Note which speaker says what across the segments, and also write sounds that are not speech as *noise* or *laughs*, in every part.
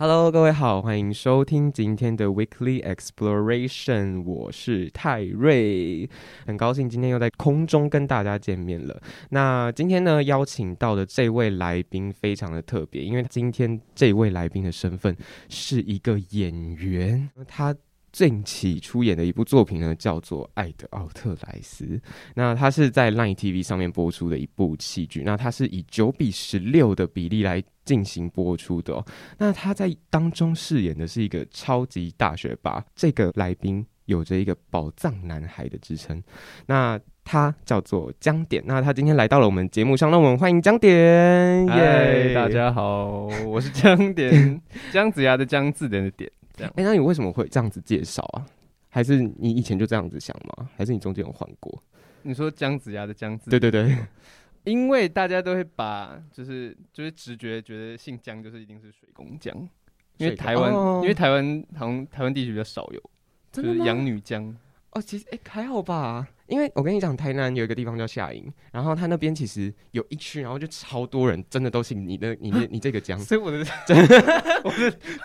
Speaker 1: Hello，各位好，欢迎收听今天的 Weekly Exploration，我是泰瑞，很高兴今天又在空中跟大家见面了。那今天呢，邀请到的这位来宾非常的特别，因为今天这位来宾的身份是一个演员，他。近期出演的一部作品呢，叫做《爱的奥特莱斯》。那它是在 Line TV 上面播出的一部戏剧。那它是以九比十六的比例来进行播出的、哦。那他在当中饰演的是一个超级大学霸，这个来宾有着一个“宝藏男孩”的之称。那他叫做江点。那他今天来到了我们节目上，让我们欢迎江点。
Speaker 2: 嗨，
Speaker 1: 耶、
Speaker 2: 大。家好，我是江
Speaker 1: *laughs*
Speaker 2: 点，姜子牙的姜，字典的点。
Speaker 1: 哎、那你为什么会这样子介绍啊？还是你以前就这样子想吗？还是你中间有换过？
Speaker 2: 你说姜子牙的姜字，
Speaker 1: 对，对 *laughs* 对，
Speaker 2: 因为大家都会把就是就是直觉觉得姓姜就是一定是水工姜，因为
Speaker 1: 水工
Speaker 2: 台湾、
Speaker 1: 哦
Speaker 2: 因为台湾好像台湾地区比较少有，就
Speaker 1: 真的
Speaker 2: 是
Speaker 1: 吗？
Speaker 2: 养
Speaker 1: *laughs*
Speaker 2: 女姜。
Speaker 1: 哦，其实哎、还好吧，因为我跟你讲，台南有一个地方叫下营，然后它那边其实有一区，然后就超多人，真的都姓你的，你 *laughs* 的，你这个江，
Speaker 2: 所以我 *laughs* 的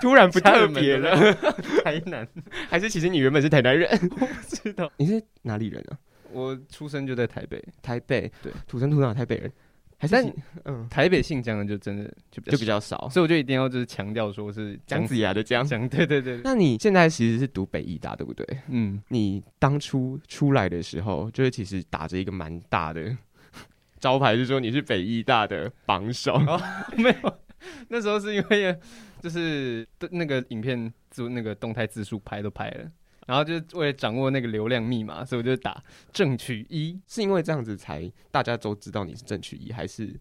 Speaker 1: 突然
Speaker 2: 家人们都在 *laughs* 台南，
Speaker 1: 还是其实你原本是台南人？
Speaker 2: 不知道
Speaker 1: *laughs* 你是哪里人啊？
Speaker 2: 我出生就在台北，
Speaker 1: 台北，
Speaker 2: 对，
Speaker 1: 土生土长的台北人，还是
Speaker 2: 但
Speaker 1: 其嗯，
Speaker 2: 台北姓姜的就真的就比较
Speaker 1: 就比较
Speaker 2: 少，
Speaker 1: 少，
Speaker 2: 所以我就一定要就是强调说是
Speaker 1: 姜子牙的姜。
Speaker 2: 姜，对对对，对
Speaker 1: 那你现在其实是读北艺大，对不对？
Speaker 2: 嗯。
Speaker 1: 你当初出来的时候，就是其实打着一个蛮大的 *laughs* 招牌，是说你是北艺大的榜首。
Speaker 2: 哦没有， *laughs* 那时候是因为就是那个影片就那个动态字数拍都拍了，然后就是为了掌握那个流量密码，所以我就打正取一。
Speaker 1: 是因为这样子才大家都知道你是正取一，还是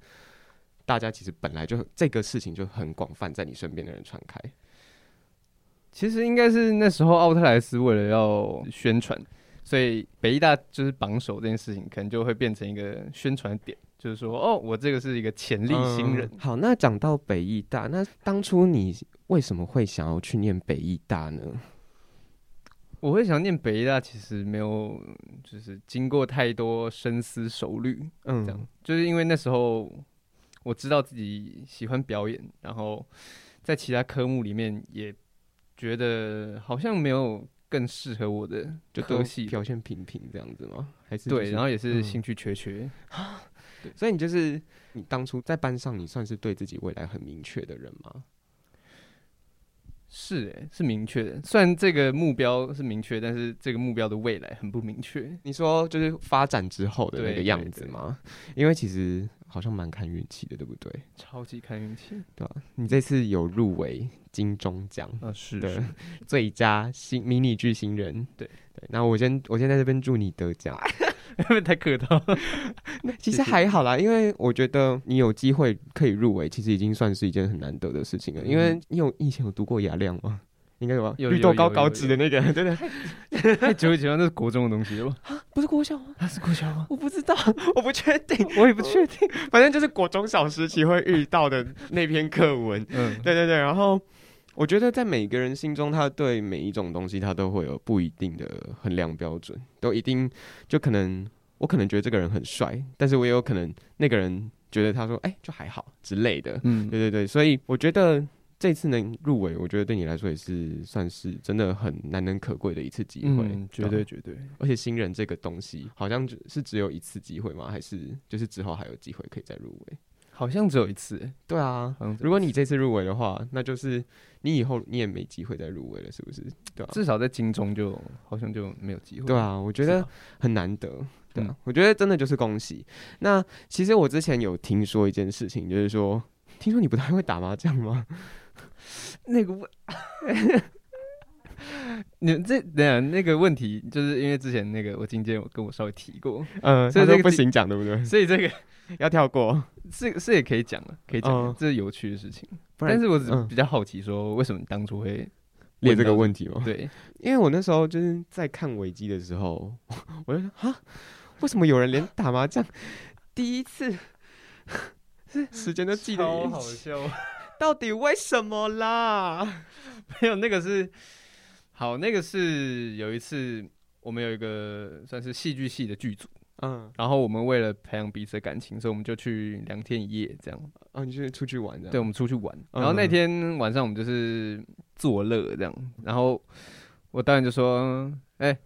Speaker 1: 大家其实本来就这个事情就很广泛，在你身边的人传开？
Speaker 2: 其实应该是那时候奥特莱斯为了要宣传，所以北医大就是榜首这件事情，可能就会变成一个宣传点，就是说哦，我这个是一个潜力新人。
Speaker 1: 嗯好，那讲到北艺大，那当初你为什么会想要去念北艺大呢？
Speaker 2: 我会想念北医大，其实没有就是经过太多深思熟虑，
Speaker 1: 嗯，
Speaker 2: 这样，就是因为那时候我知道自己喜欢表演，然后在其他科目里面也觉得好像没有更适合我的
Speaker 1: 就
Speaker 2: 科
Speaker 1: 都
Speaker 2: 系，
Speaker 1: 哦表现平平这样子吗？还是就是
Speaker 2: 对，然后也是
Speaker 1: 嗯
Speaker 2: 兴趣缺缺，
Speaker 1: 所以你就是你当初在班上，你算是对自己未来很明确的人吗？
Speaker 2: 是诶、是明确的。虽然这个目标是明确，但是这个目标的未来很不明确。
Speaker 1: 你说就是发展之后的那
Speaker 2: 对
Speaker 1: 个
Speaker 2: 对
Speaker 1: 样子吗？因为其实好像蛮看运气的，对不对？
Speaker 2: 超级看运气
Speaker 1: 对吧、你这次有入围金钟奖
Speaker 2: 啊，是 *laughs*
Speaker 1: 的最佳新迷你剧新人，
Speaker 2: 对啊
Speaker 1: 对。那我先我先在这边祝你得奖。
Speaker 2: 是太客套。
Speaker 1: 其实还好啦，因为我觉得你有机会可以入围，其实已经算是一件很难得的事情了。因为你有以前有读过雅亮吗？应该有啊，
Speaker 2: 嗯有
Speaker 1: 绿
Speaker 2: 有
Speaker 1: 豆
Speaker 2: 有
Speaker 1: 糕
Speaker 2: 有
Speaker 1: 高
Speaker 2: 有
Speaker 1: 职的那个， *laughs* 对对， *laughs*
Speaker 2: 太久以前了，那是国中的东西了吧？
Speaker 1: 啊不是郭晓吗？
Speaker 2: 他是国小吗？
Speaker 1: 我不知道，我不确定，
Speaker 2: 我也不确定。
Speaker 1: 反正就是国中小时期会遇到的那篇课文。
Speaker 2: 嗯，
Speaker 1: 对对对，然后我觉得在每个人心中，他对每一种东西，他都会有不一定的衡量标准，都一定就可能我可能觉得这个人很帅，但是我也有可能那个人觉得他说哎、就还好之类的。
Speaker 2: 嗯
Speaker 1: 对对对，所以我觉得这次能入围，我觉得对你来说也是算是真的很难能可贵的一次机会，
Speaker 2: 嗯
Speaker 1: 吧
Speaker 2: 绝对绝对。
Speaker 1: 而且新人这个东西，好像就是只有一次机会吗？还是就是之后还有机会可以再入围？
Speaker 2: 好像只有一次欸，
Speaker 1: 对啊，
Speaker 2: 好像只有
Speaker 1: 如果你这次入围的话，那就是你以后你也没机会再入围了，是不是？对啊，
Speaker 2: 至少在金钟就好像就没有机会。
Speaker 1: 对，啊，我觉得很难得。对啊，
Speaker 2: 嗯
Speaker 1: 我觉得真的就是恭喜。那其实我之前有听说一件事情，就是说， *laughs* 听说你不太会打麻将吗？
Speaker 2: 那个我你们这等一下那个问题，就是因为之前那个我今天有跟我稍微
Speaker 1: *laughs*
Speaker 2: 提过，
Speaker 1: 嗯，
Speaker 2: 所
Speaker 1: 这
Speaker 2: 以
Speaker 1: 都
Speaker 2: 这个
Speaker 1: 不
Speaker 2: 是
Speaker 1: 行讲，对不对？
Speaker 2: 所以这个
Speaker 1: *laughs* 要跳过，
Speaker 2: 是是也可以讲了，啊可以讲了
Speaker 1: 嗯，
Speaker 2: 这是有趣的事情。
Speaker 1: 不然
Speaker 2: 但是我只
Speaker 1: 嗯
Speaker 2: 比较好奇，说为什么你当初会
Speaker 1: 列这
Speaker 2: 到
Speaker 1: 个问题吗？
Speaker 2: 对，
Speaker 1: 因为我那时候就是在看维基的时候，我就想哈，为什么有人连打麻将第一次时间都记得一起？
Speaker 2: 笑， *laughs*
Speaker 1: 到底为什么啦？
Speaker 2: 没有那个是好，那个是有一次我们有一个算是戏剧系的剧组，
Speaker 1: 嗯，
Speaker 2: 然后我们为了培养彼此的感情，所以我们就去两天一夜这样，
Speaker 1: 哦，你就是出去玩这样？
Speaker 2: 对，我们出去玩。然后那天晚上我们就是作乐这样，然后我导演就说：“哎，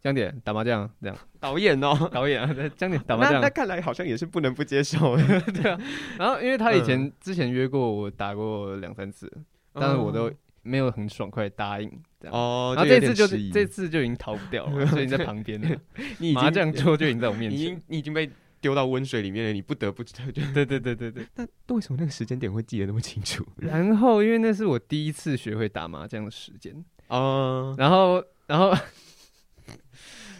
Speaker 2: 江姐打麻将啊
Speaker 1: *laughs*
Speaker 2: 这样。”
Speaker 1: 导演哦，
Speaker 2: *laughs* 导演啊，江姐打麻
Speaker 1: 那
Speaker 2: 将 *laughs* 啊
Speaker 1: 那。看来好像也是不能不接受的，
Speaker 2: 然后因为他以
Speaker 1: 嗯
Speaker 2: 前之前约过我打过两三次，但是我都没有很爽快答应这
Speaker 1: 嗯
Speaker 2: 样。
Speaker 1: 哦，
Speaker 2: 然后这
Speaker 1: 有点
Speaker 2: 次就
Speaker 1: 迟疑
Speaker 2: 这次就已经逃不
Speaker 1: *laughs*
Speaker 2: 掉了，所以你在旁边了，
Speaker 1: 你已经
Speaker 2: 麻将桌就已经在我面
Speaker 1: 你已
Speaker 2: 前。
Speaker 1: 经你已经被丢到温水里面了，你不得不知道。就 *laughs*
Speaker 2: 对对对对对。
Speaker 1: 那为什么那个时间点会记得那么清楚？
Speaker 2: 然后因为那是我第一次学会打麻将的时间，
Speaker 1: *laughs* 哦，
Speaker 2: 然后然后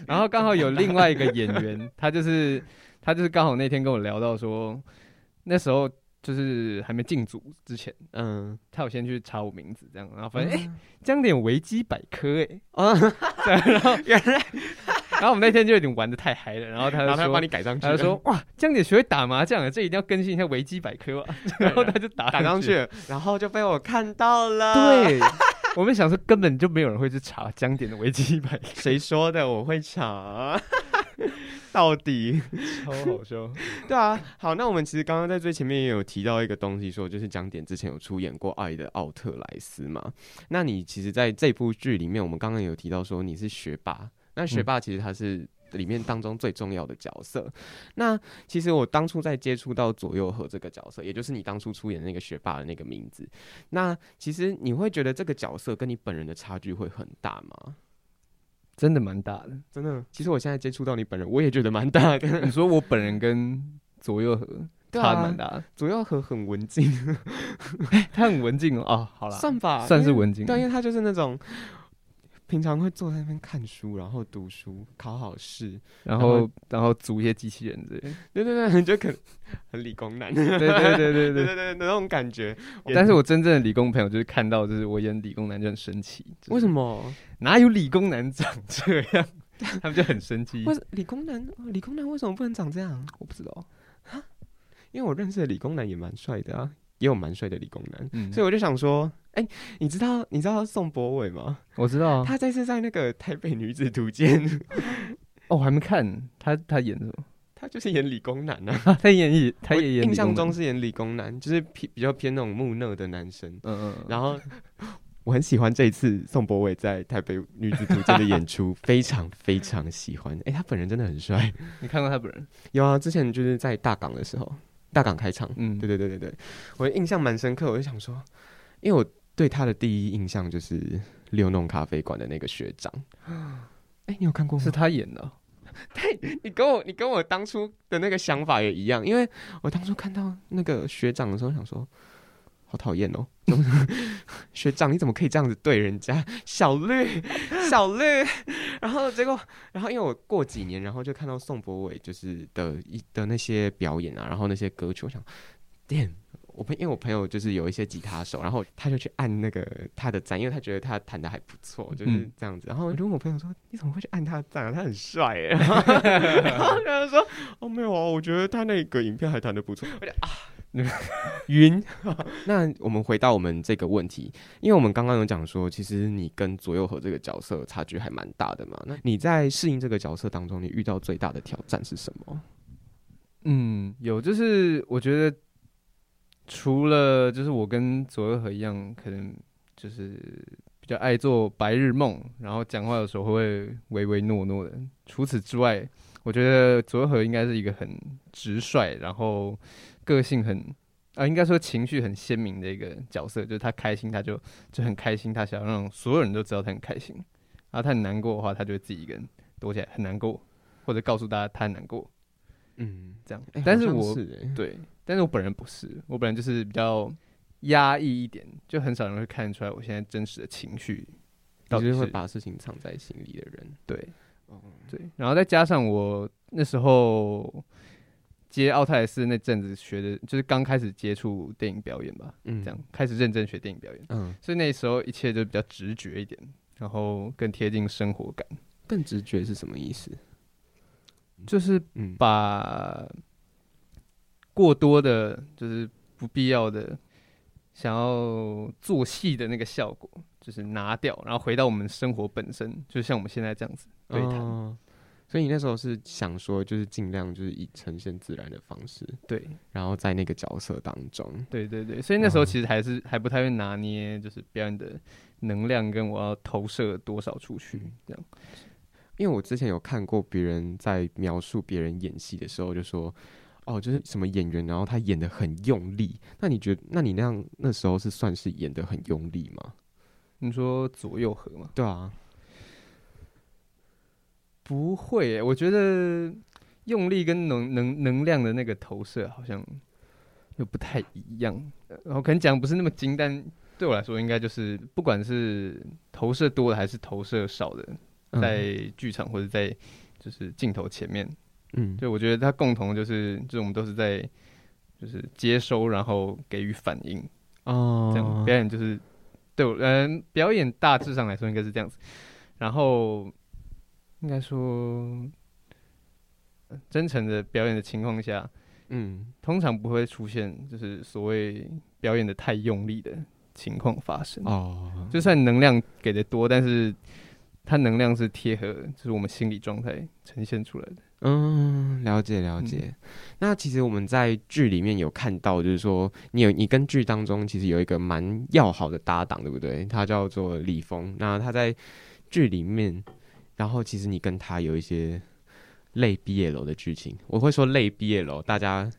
Speaker 2: 然后刚好有另外一个演员，他就是他就是刚好那天跟我聊到说，那时候就是还没进组之前，
Speaker 1: 嗯，
Speaker 2: 他有先去查我名字这样，然后发现哎。讲点维基百科哎、
Speaker 1: 啊，
Speaker 2: *laughs*
Speaker 1: *laughs* 原来，
Speaker 2: 然后我们那天就有点玩的太嗨了，然后他
Speaker 1: 然
Speaker 2: 就
Speaker 1: 后他
Speaker 2: 说，
Speaker 1: 帮你改上去，
Speaker 2: 他就
Speaker 1: *laughs*
Speaker 2: 说哇，江姐学会打麻将了，这一定要更新一下维基百科啊，然后他就打
Speaker 1: 打上
Speaker 2: 上
Speaker 1: 去，然后就被我看到了。，
Speaker 2: 对， *laughs* 我们想说根本就没有人会去查江点的维基百科，
Speaker 1: 谁说的？我会
Speaker 2: *laughs*
Speaker 1: 查。 *laughs* 到底
Speaker 2: 超好笑。
Speaker 1: 对啊，好，那我们其实刚刚在最前面也有提到一个东西说就是讲点之前有出演过《爱的奥特莱斯》嘛。那你其实在这部剧里面，我们刚刚有提到说你是学霸，那学霸其实他是里面当中最重要的角色。那其实我当初在接触到左右和这个角色，也就是你当初出演的那个学霸的那个名字，那其实你会觉得这个角色跟你本人的差距会很大吗？
Speaker 2: 真的蛮大的。
Speaker 1: 真的，其实我现在接触到你本人，我也觉得蛮大的。
Speaker 2: 你说我本人跟左右和
Speaker 1: *laughs* 对啊
Speaker 2: 差蛮大的，
Speaker 1: 左右和很文静，
Speaker 2: 他很文静哦。哦，好啦，
Speaker 1: 算吧，
Speaker 2: 算是
Speaker 1: 因为
Speaker 2: 文静
Speaker 1: 对，因为他就是那种平常会坐在那边看书，然后读书、考好试，
Speaker 2: 然
Speaker 1: 然
Speaker 2: 后
Speaker 1: 后
Speaker 2: 然后组一些机器人之类
Speaker 1: *laughs*
Speaker 2: 的。
Speaker 1: 对对对，就可能很理工男，对
Speaker 2: 对对对对
Speaker 1: 对
Speaker 2: 对。
Speaker 1: 对对，那种感觉。
Speaker 2: 但是我真正的理工朋友就是看到就是我演理工男就很生气，就是
Speaker 1: 为什么？
Speaker 2: 哪有理工男长这样？ *laughs* 他们就很生气
Speaker 1: 为。什理工男哦理工男为什么不能长这样？
Speaker 2: 我不知道，
Speaker 1: 因为我认识的理工男也蛮帅的啊，也有蛮帅的理工男，
Speaker 2: 嗯，
Speaker 1: 所以我就想说，哎、你知道你知道宋博伟吗？
Speaker 2: 我知道啊。
Speaker 1: 他这次在那个《台北女子图鉴》， *laughs*
Speaker 2: 哦，我还没看他他演什么？ *laughs*
Speaker 1: 他就是演理工男啊。
Speaker 2: 啊他演也他
Speaker 1: 我
Speaker 2: 也演理工男。
Speaker 1: 印象中是演理工男，就是偏比较偏那种木讷的男生。
Speaker 2: 嗯，嗯嗯。
Speaker 1: 然后我很喜欢这一次宋博伟在《台北女子图鉴》的演出，非常非常喜欢。哎、他本人真的很帅。
Speaker 2: 你看过他本人？
Speaker 1: 有啊，之前就是在大港的时候，大港开场，
Speaker 2: 嗯，
Speaker 1: 对对对对对，我印象蛮深刻。我就想说，因为我对他的第一印象就是六弄咖啡馆的那个学长。哎、你有看过吗？
Speaker 2: 是他演的哦。
Speaker 1: *laughs* 你跟我，你跟我当初的那个想法也一样，因为我当初看到那个学长的时候，想说，好讨厌哦，怎么学长你怎么可以这样子对人家 *laughs* 小绿小绿？ *laughs* 然后结果，然后因为我过几年，然后就看到宋博伟就是的一的那些表演啊，然后那些歌曲，我想，damn。我朋因为我朋友就是有一些吉他手，然后他就去按那个他的赞，因为他觉得他弹的还不错，就是
Speaker 2: 嗯
Speaker 1: 这样子。然后我就问我朋友说：“你怎么会去按他的赞啊？他很帅耶。” *laughs* 然后然后他就说：“哦，没有啊，我觉得他那个影片还弹的不错。”我就啊，晕。 *laughs* 那我们回到我们这个问题，因为我们刚刚有讲说，其实你跟左右和这个角色差距还蛮大的嘛。那你在适应这个角色当中，你遇到最大的挑战是什么？
Speaker 2: 嗯，有，就是我觉得除了就是我跟左右和一样，可能就是比较爱做白日梦，然后讲话的时候会唯唯诺诺的。除此之外，我觉得左右和应该是一个很直率，然后个性很啊，应该说情绪很鲜明的一个角色。就是他开心，他就就很开心，他想要让所有人都知道他很开心。然后他很难过的话，他就会自己一个人躲起来，很难过，或者告诉大家他很难过。
Speaker 1: 嗯，
Speaker 2: 这样。
Speaker 1: 哎
Speaker 2: 但
Speaker 1: 好
Speaker 2: 是
Speaker 1: 像
Speaker 2: 我
Speaker 1: 是哎
Speaker 2: 对，但是我本人不是，我本人就是比较压抑一点，就很少人会看得出来我现在真实的情绪到底
Speaker 1: 就是是会把事情藏在心里的人。
Speaker 2: 对
Speaker 1: 哦，
Speaker 2: 对，然后再加上我那时候接奥泰斯那阵子学的，就是刚开始接触电影表演吧，
Speaker 1: 嗯
Speaker 2: 这样，开始认真学电影表演，
Speaker 1: 嗯，
Speaker 2: 所以那时候一切就比较直觉一点，然后更贴近生活感，
Speaker 1: 更直觉是什么意思？
Speaker 2: 就是
Speaker 1: 嗯，
Speaker 2: 把过多的，就是不必要的，想要做戏的那个效果，就是拿掉，然后回到我们生活本身，就像我们现在这样子对谈。
Speaker 1: 哦所以你那时候是想说，就是尽量就是以呈现自然的方式，
Speaker 2: 对，
Speaker 1: 然后在那个角色当中，
Speaker 2: 对对对，所以那时候
Speaker 1: 哦
Speaker 2: 其实还是还不太会拿捏，就是表演的能量跟我要投射多少出去
Speaker 1: 嗯
Speaker 2: 这样。
Speaker 1: 因为我之前有看过别人在描述别人演戏的时候，就说，哦，就是什么演员，然后他演的很用力。那你觉得，那你那样那时候是算是演的很用力吗？
Speaker 2: 你说左右合吗？
Speaker 1: 对啊，
Speaker 2: 不会耶、我觉得用力跟能能能量的那个投射好像又不太一样。呃然后可能讲不是那么精，但对我来说应该就是不管是投射多的还是投射少的，
Speaker 1: 嗯
Speaker 2: 在剧场或者在就是镜头前面，
Speaker 1: 嗯，
Speaker 2: 对，我觉得它共同就是，就是我们都是在就是接收，然后给予反应，
Speaker 1: 哦
Speaker 2: 这样、表演就是对我，嗯、表演大致上来说应该是这样子。然后应该说，呃真诚的表演的情况下，
Speaker 1: 嗯，
Speaker 2: 通常不会出现就是所谓表演的太用力的情况发生。
Speaker 1: 哦，
Speaker 2: 就算能量给的多，但是它能量是贴合，就是我们心理状态呈现出来的。
Speaker 1: 嗯，了解了解。那其实我们在剧里面有看到，就是说你有你跟剧当中其实有一个蛮要好的搭档，对不对？他叫做李峰。那他在剧里面，然后其实你跟他有一些类 BL 的剧情，我会说类 BL，大家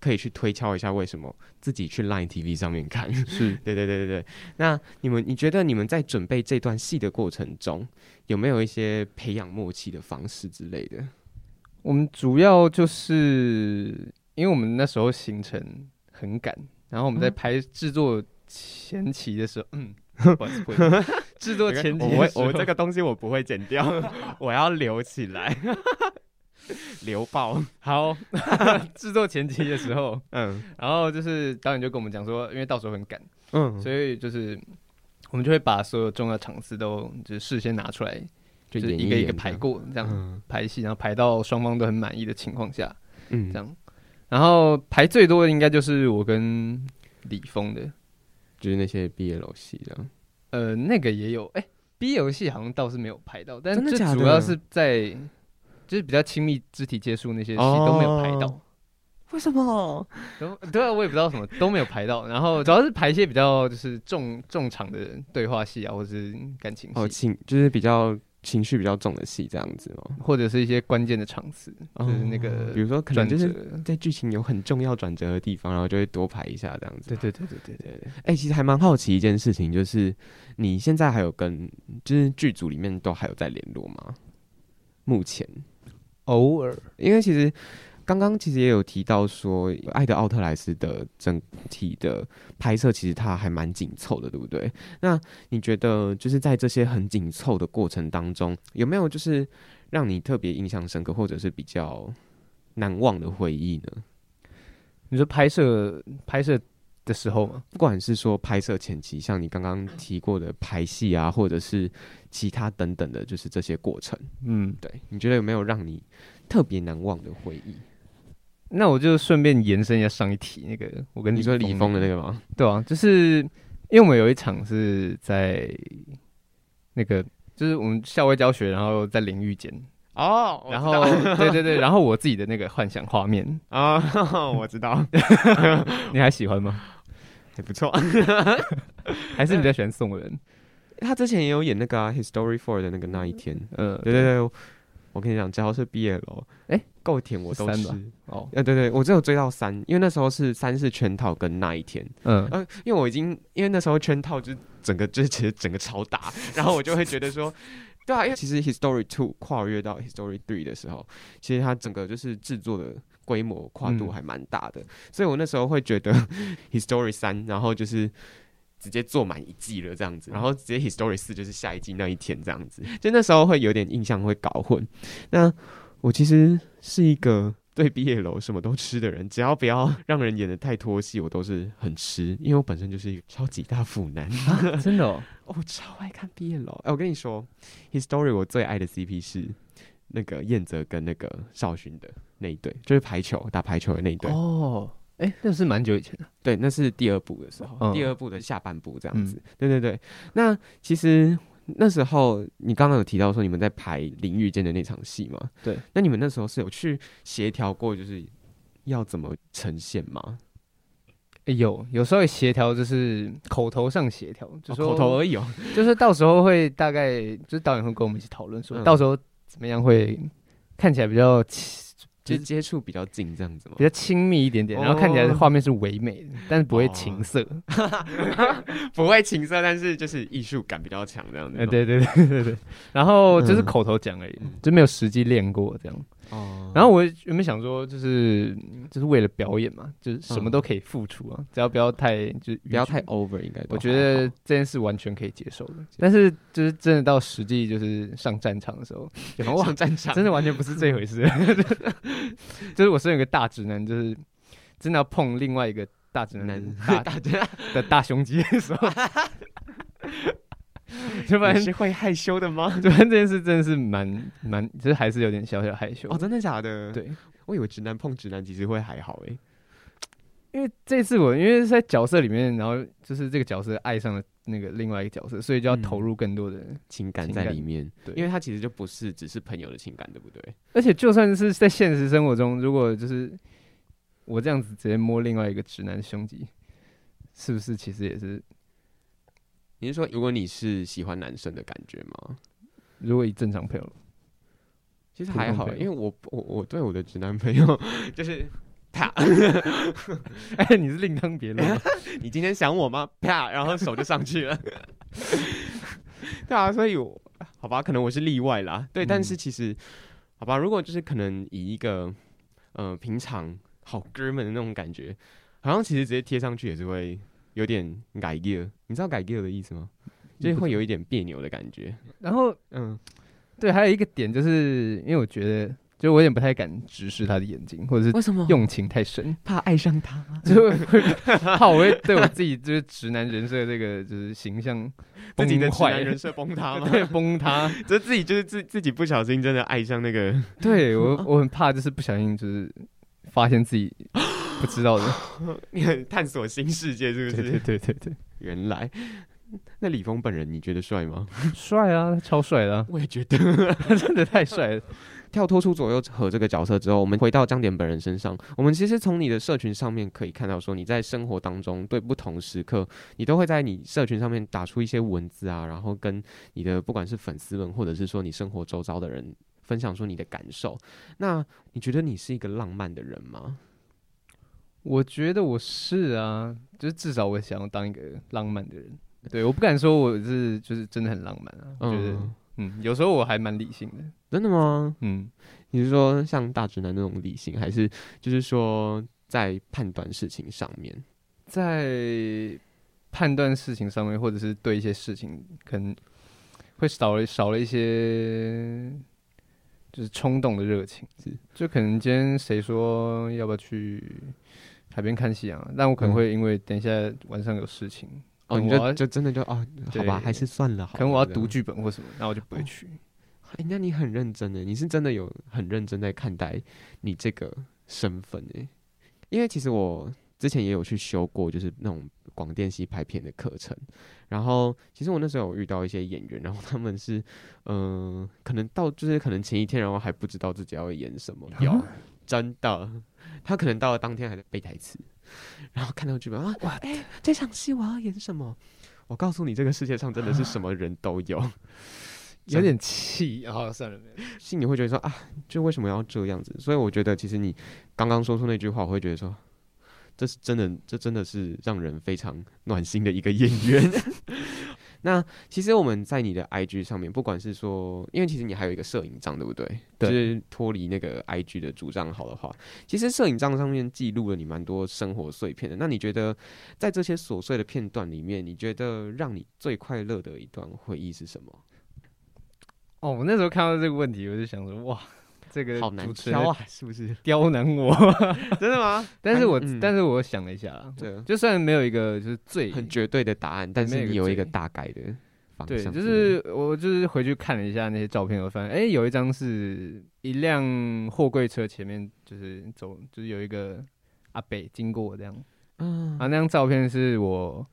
Speaker 1: 可以去推敲一下为什么自己去 Line TV 上面看。
Speaker 2: 是，
Speaker 1: *laughs* 对对对对对。那你们，你觉得你们在准备这段戏的过程中，有没有一些培养默契的方式之类的？
Speaker 2: 我们主要就是因为我们那时候行程很赶，然后我们在
Speaker 1: 嗯
Speaker 2: 拍制作前期的时候，
Speaker 1: *laughs*
Speaker 2: 嗯，不好意思不好意思制作前期
Speaker 1: 我
Speaker 2: 的
Speaker 1: 会
Speaker 2: 时候
Speaker 1: 我
Speaker 2: *laughs*
Speaker 1: 这个东西我不会剪掉，我要留起来，留爆。
Speaker 2: 好， *laughs* 制作前期的时候，
Speaker 1: 嗯
Speaker 2: 然后就是导演就跟我们讲说，因为到时候很赶，
Speaker 1: 嗯，
Speaker 2: 所以就是我们就会把所有重要场次都就是事先拿出来，
Speaker 1: 就
Speaker 2: 就是
Speaker 1: 演
Speaker 2: 一个一个排，过这样
Speaker 1: 嗯
Speaker 2: 排戏，然后排到双方都很满意的情况下，
Speaker 1: 嗯
Speaker 2: 这样，然后排最多的应该就是我跟李峰的。
Speaker 1: 就是那些 BL 戏的。
Speaker 2: 呃，那个也有，哎、b 游戏好像倒是没有拍到，但
Speaker 1: 真的
Speaker 2: 这
Speaker 1: 假
Speaker 2: 主
Speaker 1: 的
Speaker 2: 要是在就是比较亲密肢体接触那些戏都没有拍到
Speaker 1: 哦，为什么？
Speaker 2: 都对啊，我也不知道什么都没有排到，然后主要是排一些比较就是重重场的对话戏啊，或者是感情
Speaker 1: 哦，
Speaker 2: 戏，
Speaker 1: 情就是比较情绪比较重的戏这样子哦，
Speaker 2: 或者是一些关键的场次，就是那
Speaker 1: 比
Speaker 2: 个
Speaker 1: 如说可能
Speaker 2: 转
Speaker 1: 就
Speaker 2: 折。
Speaker 1: 是在剧情有很重要转折的地方，然后就会多排一下这样子。
Speaker 2: 对对对对对对对，
Speaker 1: 哎、其实还蛮好奇一件事情，就是你现在还有跟就是剧组里面都还有在联络吗？目前，
Speaker 2: 偶尔
Speaker 1: 因为其实刚刚其实也有提到说，《爱的奥特莱斯》的整体的拍摄其实它还蛮紧凑的，对不对？那你觉得就是在这些很紧凑的过程当中，有没有就是让你特别印象深刻，或者是比较难忘的回忆呢？
Speaker 2: 你说拍摄拍摄的时候嘛，
Speaker 1: 不管是说拍摄前期，像你刚刚提过的排戏啊，或者是其他等等的，就是这些过程，
Speaker 2: 嗯，
Speaker 1: 对你觉得有没有让你特别难忘的回忆？
Speaker 2: 那我就顺便延伸一下上一题那个我跟
Speaker 1: 你说李
Speaker 2: 那
Speaker 1: 峰
Speaker 2: 个
Speaker 1: 的那个吗？
Speaker 2: 对啊，就是因为我们有一场是在那个，就是我们校外教学，然后在淋浴间，
Speaker 1: 哦
Speaker 2: 然后对对对，然后我自己的那个幻想画
Speaker 1: *laughs*
Speaker 2: 面，
Speaker 1: 啊、我知道，
Speaker 2: *laughs* 你还喜欢吗？
Speaker 1: 还不错。
Speaker 2: *laughs* 还是你比较喜欢宋
Speaker 1: *laughs*
Speaker 2: 人？
Speaker 1: 他之前也有演那个、啊《History Four》的那个那一天。
Speaker 2: 嗯，
Speaker 1: 对对对，我跟你讲，只要是 BL，
Speaker 2: 哎
Speaker 1: 够甜我都
Speaker 2: 是
Speaker 1: 吃
Speaker 2: 三。哦，
Speaker 1: 呃，对对，我只有追到三，因为那时候是三是圈套跟那一天。
Speaker 2: 嗯，
Speaker 1: 呃，因为我已经因为那时候圈套就是整个就是其实整个超大，然后我就会觉得说，对啊，因为其实 History Two 跨越到 History Three 的时候，其实它整个就是制作的规模跨度
Speaker 2: 嗯
Speaker 1: *laughs* 还蛮大的，所以我那时候会觉得 History 三，然后就是直接做满一季了这样子，然后直接 History 四就是下一季那一天这样子，就那时候会有点印象会搞混。那我其实是一个 *laughs* 对毕业楼什么都吃的人，只要不要让人演的太拖戏，我都是很吃，因为我本身就是一个超级大腐男。
Speaker 2: 真的、哦，
Speaker 1: 哦，我超爱看毕业楼。哎、我跟你说，History 我最爱的 CP 是那个燕泽跟那个少勋的那一对，就是排球打排球的 *laughs* 那一对。
Speaker 2: 哦，哎、那是蛮久以前的，
Speaker 1: 对，那是第二部的时候，
Speaker 2: 嗯
Speaker 1: 第二部的下半部这样子。对对对，那其实。那时候你刚刚有提到说你们在排淋浴间的那场戏嘛？
Speaker 2: 对，
Speaker 1: 那你们那时候是有去协调过，就是要怎么呈现吗？
Speaker 2: 哎有有稍微协调，就是口头上协调，
Speaker 1: 哦
Speaker 2: 就说、
Speaker 1: 口头而已
Speaker 2: *laughs*
Speaker 1: 哦。
Speaker 2: 就是到时候会大概就是导演会跟我们一起讨论，说
Speaker 1: 嗯
Speaker 2: 到时候怎么样会看起来比较
Speaker 1: 就
Speaker 2: 就是
Speaker 1: 是接触比较近这样子吗
Speaker 2: 比？较亲密一点点，
Speaker 1: 哦
Speaker 2: 然后看起来画面是唯美的，但是不会情色。
Speaker 1: 不会情色，但是就是艺术感比较强这样子。
Speaker 2: 哎，对 *laughs* 对对对对。然后就是
Speaker 1: 嗯
Speaker 2: 口头讲而已
Speaker 1: 嗯，
Speaker 2: 就没有实际练过这样。
Speaker 1: 哦
Speaker 2: 然后我原本想说，就是就是为了表演嘛，就是什么
Speaker 1: 嗯
Speaker 2: 都可以付出啊，只要不要太就是
Speaker 1: 不要
Speaker 2: 逾矩
Speaker 1: 太 over，应该都
Speaker 2: 我觉
Speaker 1: 还
Speaker 2: 得
Speaker 1: 好嗯
Speaker 2: 这件事完全可以接受的，但是就是真的到实际就是上战场的时
Speaker 1: *laughs*
Speaker 2: 候，然后哇，
Speaker 1: 上战场
Speaker 2: 真的完全不是这回事。 *laughs* 就是我身为一个大直男，就是真的要碰另外一个大直男
Speaker 1: 男 *laughs*
Speaker 2: 大的大胸肌的时候，就发
Speaker 1: 你
Speaker 2: 现，
Speaker 1: 会害羞的吗？
Speaker 2: *laughs* 就发现这件事真的是蛮蛮，就是还是有点小小害羞。
Speaker 1: *laughs* 哦，真的假的？，
Speaker 2: 对，
Speaker 1: 我以为直男碰直男其实会还好诶。
Speaker 2: 因为这次我因为是在角色里面，然后就是这个角色爱上了那个另外一个角色，所以就要
Speaker 1: 嗯
Speaker 2: 投入更多的。
Speaker 1: 情感
Speaker 2: 情
Speaker 1: 在
Speaker 2: 感
Speaker 1: 里面，
Speaker 2: 对
Speaker 1: 因为他其实就不是只是朋友的情感，对不对？
Speaker 2: 而且就算是在现实生活中，如果就是我这样子直接摸另外一个直男的胸肌，是不是其实也是？
Speaker 1: 你是说如果你是喜欢男生的感觉吗？
Speaker 2: 如果以正常朋友，
Speaker 1: 其实
Speaker 2: 普通
Speaker 1: 还好欸，
Speaker 2: 朋友
Speaker 1: 因为我我我对我的直男朋友 *laughs* 就是啪，
Speaker 2: *laughs* 哎、你是另当别论
Speaker 1: 哎
Speaker 2: 吧。
Speaker 1: 你今天想我吗？啪， *laughs* 然后手就上去了。 *laughs* 对啊，所以我好吧，可能我是例外啦。对，但是
Speaker 2: 嗯
Speaker 1: 其实好吧，如果就是可能以一个呃平常好哥们的那种感觉，好像其实直接贴上去也是会有点改 gear。你知道改 gear 的意思吗？就是会有一点别扭的感觉。
Speaker 2: *laughs* 然后
Speaker 1: 嗯，
Speaker 2: 对，还有一个点就是，因为我觉得，就我有点不太敢直视他的眼睛，或者是
Speaker 1: 为什么啊
Speaker 2: 用情太深，
Speaker 1: 怕爱上他？
Speaker 2: 就会会怕我会对我自己就是直男人设这个就是形象
Speaker 1: 自己的直
Speaker 2: 崩坏
Speaker 1: 男人设崩塌 *laughs* 吗？
Speaker 2: 对崩塌。
Speaker 1: 就自己就是自自己不小心真的爱上那个 *laughs*
Speaker 2: 对我
Speaker 1: 哦
Speaker 2: 我很怕，就是不小心就是发现自己不
Speaker 1: *laughs*
Speaker 2: 知道的。
Speaker 1: 你很探索新世界，是不是？
Speaker 2: 对对对对对。
Speaker 1: 原来， *laughs* 那李峰本人你觉得帅吗？，
Speaker 2: 帅啊，超帅的、
Speaker 1: *laughs*
Speaker 2: 啊 *laughs*
Speaker 1: 我也觉得。
Speaker 2: 真的太帅了。
Speaker 1: 跳脱出左右和这个角色之后，我们回到张典本人身上，我们其实从你的社群上面可以看到，说你在生活当中对不同时刻，你都会在你社群上面打出一些文字啊，然后跟你的不管是粉丝们，或者是说你生活周遭的人。分享出你的感受，那你觉得你是一个浪漫的人吗？
Speaker 2: 我觉得我是啊，就是至少我想要当一个浪漫的人。对，我不敢说我是就是真的很浪漫啊，我觉得嗯
Speaker 1: 嗯，
Speaker 2: 有时候我还蛮理性的，
Speaker 1: 真的吗？
Speaker 2: 嗯，
Speaker 1: 你是说像大直男那种理性，还是就是说在判断事情上面？
Speaker 2: 在判断事情上面，或者是对一些事情可能会少了少了一些就是冲动的热情
Speaker 1: 是，
Speaker 2: 就可能今天谁说要不要去海边看夕阳啊，但我可
Speaker 1: 嗯
Speaker 2: 能会因为等一下晚上有事情。
Speaker 1: 哦，你
Speaker 2: 可能我要
Speaker 1: 就就真的就哦，好吧，
Speaker 2: 对
Speaker 1: 还是算了好了。
Speaker 2: 可能我要
Speaker 1: 这样
Speaker 2: 读。剧本或什么，那我就不会去。
Speaker 1: 哎，那你很认真诶，你是真的有很认真在看待你这个身份诶，因为其实我之前也有去修过，就是那种广电系拍片的课程。然后其实我那时候有遇到一些演员，然后他们是嗯、呃可能到就是可能前一天，然后还不知道自己要演什么
Speaker 2: 有、
Speaker 1: 有真的，他可能到了当天还在背台词，然后看到剧本啊，哇，哎、这场戏我要演什么？我告诉你，这个世界上真的是什么人都有，
Speaker 2: 有点气啊、算了，
Speaker 1: 心里会觉得说啊，就为什么要这样子？所以我觉得，其实你刚刚说出那句话，我会觉得说，这是真的，这真的是让人非常暖心的一个演员。 *laughs* 那其实我们在你的 IG 上面，不管是说，因为其实你还有一个摄影账，对不对？
Speaker 2: 对
Speaker 1: 就是脱离那个 IG 的主账号的话，其实摄影账上面记录了你蛮多生活碎片的。那你觉得，在这些琐碎的片段里面，你觉得让你最快乐的一段回忆是什么？
Speaker 2: 哦，我那时候看到这个问题，我就想说，哇，这个
Speaker 1: 好难
Speaker 2: 主持人
Speaker 1: 挑啊，是不是？
Speaker 2: 刁难 *laughs* 我。
Speaker 1: 真的吗？
Speaker 2: 但是我、
Speaker 1: 嗯
Speaker 2: 但是我想了一下啦，
Speaker 1: 对啊，
Speaker 2: 就虽然没有一个就是最
Speaker 1: 很绝对的答案，但
Speaker 2: 没
Speaker 1: 是
Speaker 2: 有
Speaker 1: 你
Speaker 2: 个
Speaker 1: 有一
Speaker 2: 最
Speaker 1: 个大概的方
Speaker 2: 对，
Speaker 1: 向。
Speaker 2: 就是我就是回去看了一下那些照片，我发现哎、诶有一张是一辆货柜车前面就是走，就是有一个阿北经过我这样，
Speaker 1: 嗯
Speaker 2: 啊，那张照片是我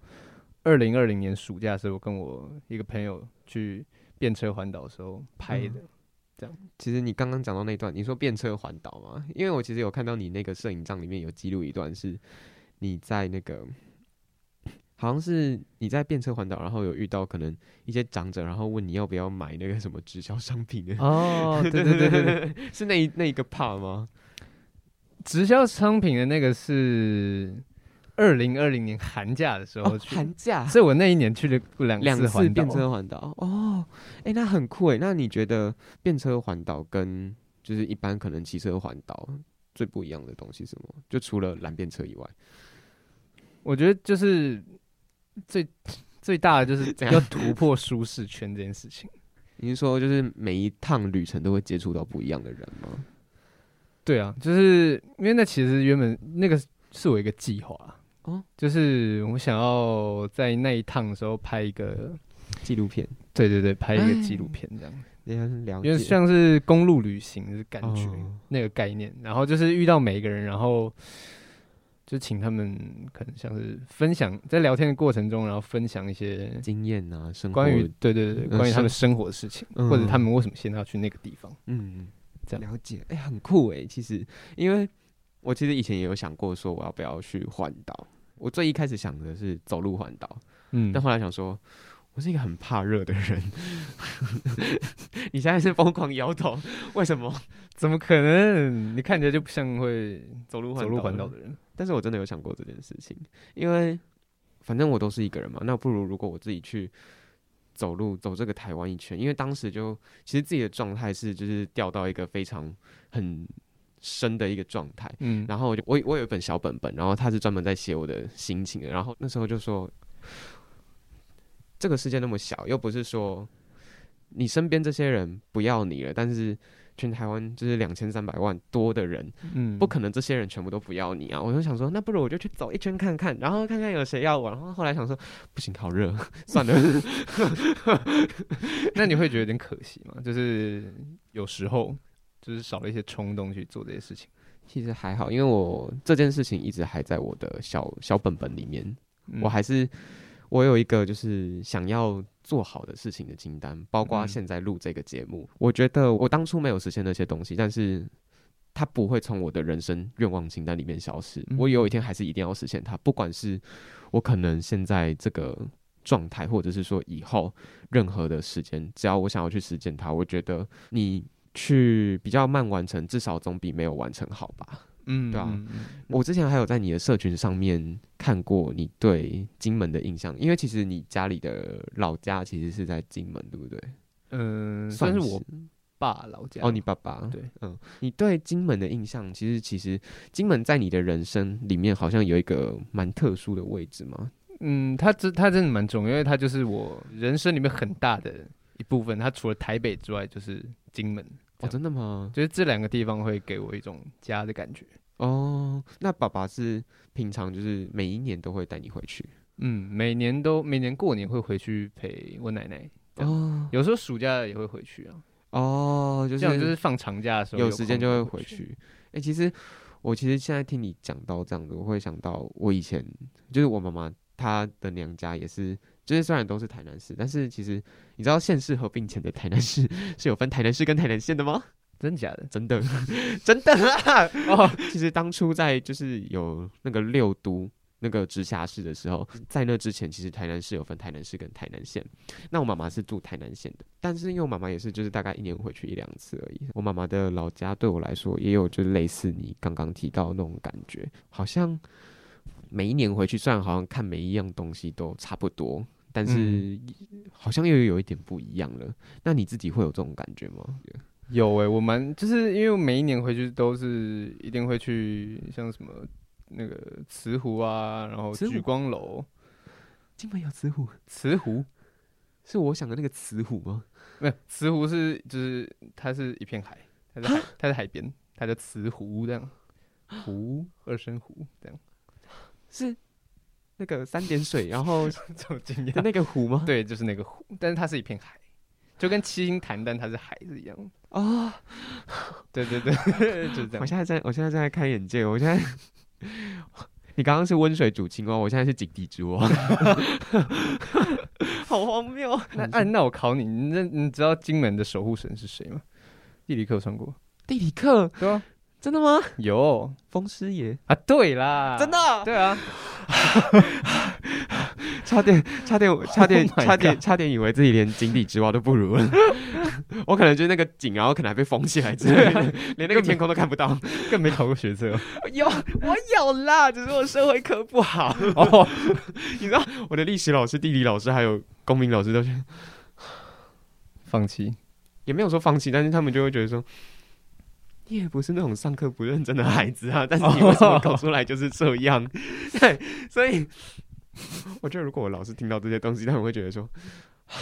Speaker 2: 二零二零年暑假的时候，我跟我一个朋友去变车环岛的时候拍的。
Speaker 1: 其实你刚刚讲到那段，你说变车环岛嘛，因为我其实有看到你那个摄影帐里面有记录一段，是你在那个好像是你在变车环岛，然后有遇到可能一些长者，然后问你要不要买那个什么直销商品的，
Speaker 2: 哦，对对对对对，
Speaker 1: 对， *laughs* 是那一那一个 part 吗？
Speaker 2: *laughs* 直销商品的那个是二零二零年寒假的时候
Speaker 1: 哦，
Speaker 2: 去，
Speaker 1: 寒假
Speaker 2: 所以我那一年去了两
Speaker 1: 两
Speaker 2: 环岛
Speaker 1: 变车环岛哦，哎、那很酷哎，那你觉得变车环岛跟就是一般可能骑车环岛最不一样的东西是什么？就除了蓝变车以外，
Speaker 2: 我觉得就是最最大的就是 *laughs*
Speaker 1: 怎样
Speaker 2: 要突破舒适圈这件事情。
Speaker 1: 你是说就是每一趟旅程都会接触到不一样的人吗？
Speaker 2: 对啊，就是因为那其实原本那个是我一个计划啊，
Speaker 1: 哦
Speaker 2: 就是我想要在那一趟的时候拍一个，
Speaker 1: 纪录片，
Speaker 2: 对对对，拍一个纪录片这样，
Speaker 1: 你很嗯了
Speaker 2: 因为
Speaker 1: 解，
Speaker 2: 像是公路旅行的感觉、
Speaker 1: 哦
Speaker 2: 那个概念，然后就是遇到每一个人，然后。就请他们可能像是分享，在聊天的过程中，然后分享一些
Speaker 1: 经验啊，生活
Speaker 2: 关于对对对，
Speaker 1: 呃
Speaker 2: 关于他
Speaker 1: 生
Speaker 2: 们生活的事情，或者
Speaker 1: 嗯
Speaker 2: 他们为什么现在要去那个地方。
Speaker 1: 嗯，
Speaker 2: 这样
Speaker 1: 了解，哎、很酷哎。其实，因为我其实以前也有想过说我要不要去环岛，我最一开始想的是走路环岛，
Speaker 2: 嗯
Speaker 1: 但后来想说，我是一个很怕热的人。 *laughs* 你现在是疯狂摇头，为什么？
Speaker 2: 怎么可能？你看起来就不像会
Speaker 1: 走路
Speaker 2: 走路环岛的人。
Speaker 1: 但是我真的有想过这件事情，因为反正我都是一个人嘛，那不如如果我自己去走路走这个台湾一圈，因为当时就其实自己的状态是就是掉到一个非常很深的一个状态。
Speaker 2: 嗯，
Speaker 1: 然后我就我我有一本小本本，然后它是专门在写我的心情的。然后那时候就说，这个世界那么小，又不是说你身边这些人不要你了，但是全台湾就是两千三百万多的人，
Speaker 2: 嗯，
Speaker 1: 不可能这些人全部都不要你啊！我就想说，那不如我就去走一圈看看，然后看看有谁要我。然后后来想说，不行，好热， *laughs* 算了。
Speaker 2: 那你会觉得有点可惜嘛？就是有时候就是少了一些冲动去做这些事情。
Speaker 1: 其实还好，因为我这件事情一直还在我的小小本本里面，
Speaker 2: 嗯
Speaker 1: 我还是我有一个就是想要做好的事情的清单，包括
Speaker 2: 嗯
Speaker 1: 现在录这个节目。我觉得我当初没有实现那些东西，但是它不会从我的人生愿望清单里面消失。
Speaker 2: 嗯
Speaker 1: 我有一天还是一定要实现它，不管是我可能现在这个状态，或者是说以后任何的时间，只要我想要去实践它，我觉得你。去比较慢完成，至少总比没有完成好吧。
Speaker 2: 嗯，
Speaker 1: 对啊
Speaker 2: 嗯，嗯
Speaker 1: 我之前还有在你的社群上面看过你对金门的印象，因为其实你家里的老家其实是在金门，对不对？
Speaker 2: 嗯，
Speaker 1: 算
Speaker 2: 算是我爸老家
Speaker 1: 哦，你爸爸
Speaker 2: 对，
Speaker 1: 嗯，你对金门的印象，其实其实金门在你的人生里面好像有一个蛮特殊的位置嘛。
Speaker 2: 嗯，他真他真的蛮重要，因为他就是我人生里面很大的一部分。他除了台北之外，就是金门，
Speaker 1: 哦，
Speaker 2: 这样
Speaker 1: 真的吗？
Speaker 2: 就是这两个地方会给我一种家的感觉。
Speaker 1: 哦，那爸爸是平常就是每一年都会带你回去
Speaker 2: 嗯，每年都每年过年会回去陪我奶奶，这样
Speaker 1: 哦
Speaker 2: 有时候暑假也会回去啊。
Speaker 1: 哦，就
Speaker 2: 这
Speaker 1: 是
Speaker 2: 样就是放长假的时候
Speaker 1: 有时间
Speaker 2: 空
Speaker 1: 就会
Speaker 2: 回
Speaker 1: 回。去。哎、其实我其实现在听你讲到这样子，我会想到我以前就是我妈妈她的娘家也是，就是虽然都是台南市，但是其实你知道县市合并前的台南市 *laughs* 是有分台南市跟台南县的吗？
Speaker 2: 真假的？
Speaker 1: 真的， *laughs* 真的啊！哦，其实当初在就是有那个六都。那个直辖市的时候，在那之前，其实台南市有分台南市跟台南县。那我妈妈是住台南县的，但是因为我妈妈也是就是大概一年回去一两次而已。我妈妈的老家对我来说也有就是类似你刚刚提到的那种感觉，好像每一年回去，虽然好像看每一样东西都差不多，但是嗯好像又有一点不一样了。那你自己会有这种感觉吗？
Speaker 2: 有哎、我蛮就是因为我每一年回去都是一定会去像什么那个慈湖啊，然后
Speaker 1: 慈湖
Speaker 2: 举光楼、
Speaker 1: 金门有慈湖，
Speaker 2: 慈湖，
Speaker 1: 是我想的那个慈湖吗？
Speaker 2: 没有慈湖是就是它是一片海，它在海它在海边，它叫慈湖这样，湖二声湖这样，
Speaker 1: *laughs*
Speaker 2: *laughs*
Speaker 1: 是那个三点水， *laughs* 然后
Speaker 2: 这种惊
Speaker 1: 的
Speaker 2: 讶。
Speaker 1: 那个湖吗？
Speaker 2: 对，就是那个湖，但是它是一片海，就跟七星潭，但它是海是一样的。
Speaker 1: 啊，
Speaker 2: 对对 *laughs* 对，就是
Speaker 1: 我
Speaker 2: 这样。
Speaker 1: 现在在，我现在正在开眼界，我现在。 *laughs* 你刚刚是温水煮青蛙，我现在是井底之蛙， *laughs* 好荒谬！
Speaker 2: 那哎、那我考你，你那你知道金门的守护神是谁吗？地理课有上过，
Speaker 1: 地理课
Speaker 2: 对啊，
Speaker 1: 真的吗？
Speaker 2: 有
Speaker 1: 风师爷
Speaker 2: 啊，对啦，
Speaker 1: 真的啊、
Speaker 2: 对啊，
Speaker 1: 差点，差点，我差点，
Speaker 2: Oh my
Speaker 1: 差点，
Speaker 2: God
Speaker 1: 差点以为自己连井底之蛙都不如 *laughs* 了。我可能就是那个井，然后可能还被封起来之类的，连那个天空都看不到。
Speaker 2: 更没考过学
Speaker 1: *laughs*
Speaker 2: 测
Speaker 1: 有，我有啦，只是我社会科不好。
Speaker 2: 哦。
Speaker 1: 你知道，我的历史老师、地理老师还有公民老师都是
Speaker 2: 放弃，
Speaker 1: 也没有说放弃，但是他们就会觉得说，你也不是那种上课不认真的孩子啊，但是你为什么搞出来就是这样？ *laughs* 对，所以我觉得如果我老师听到这些东西，他们会觉得说， *sighs*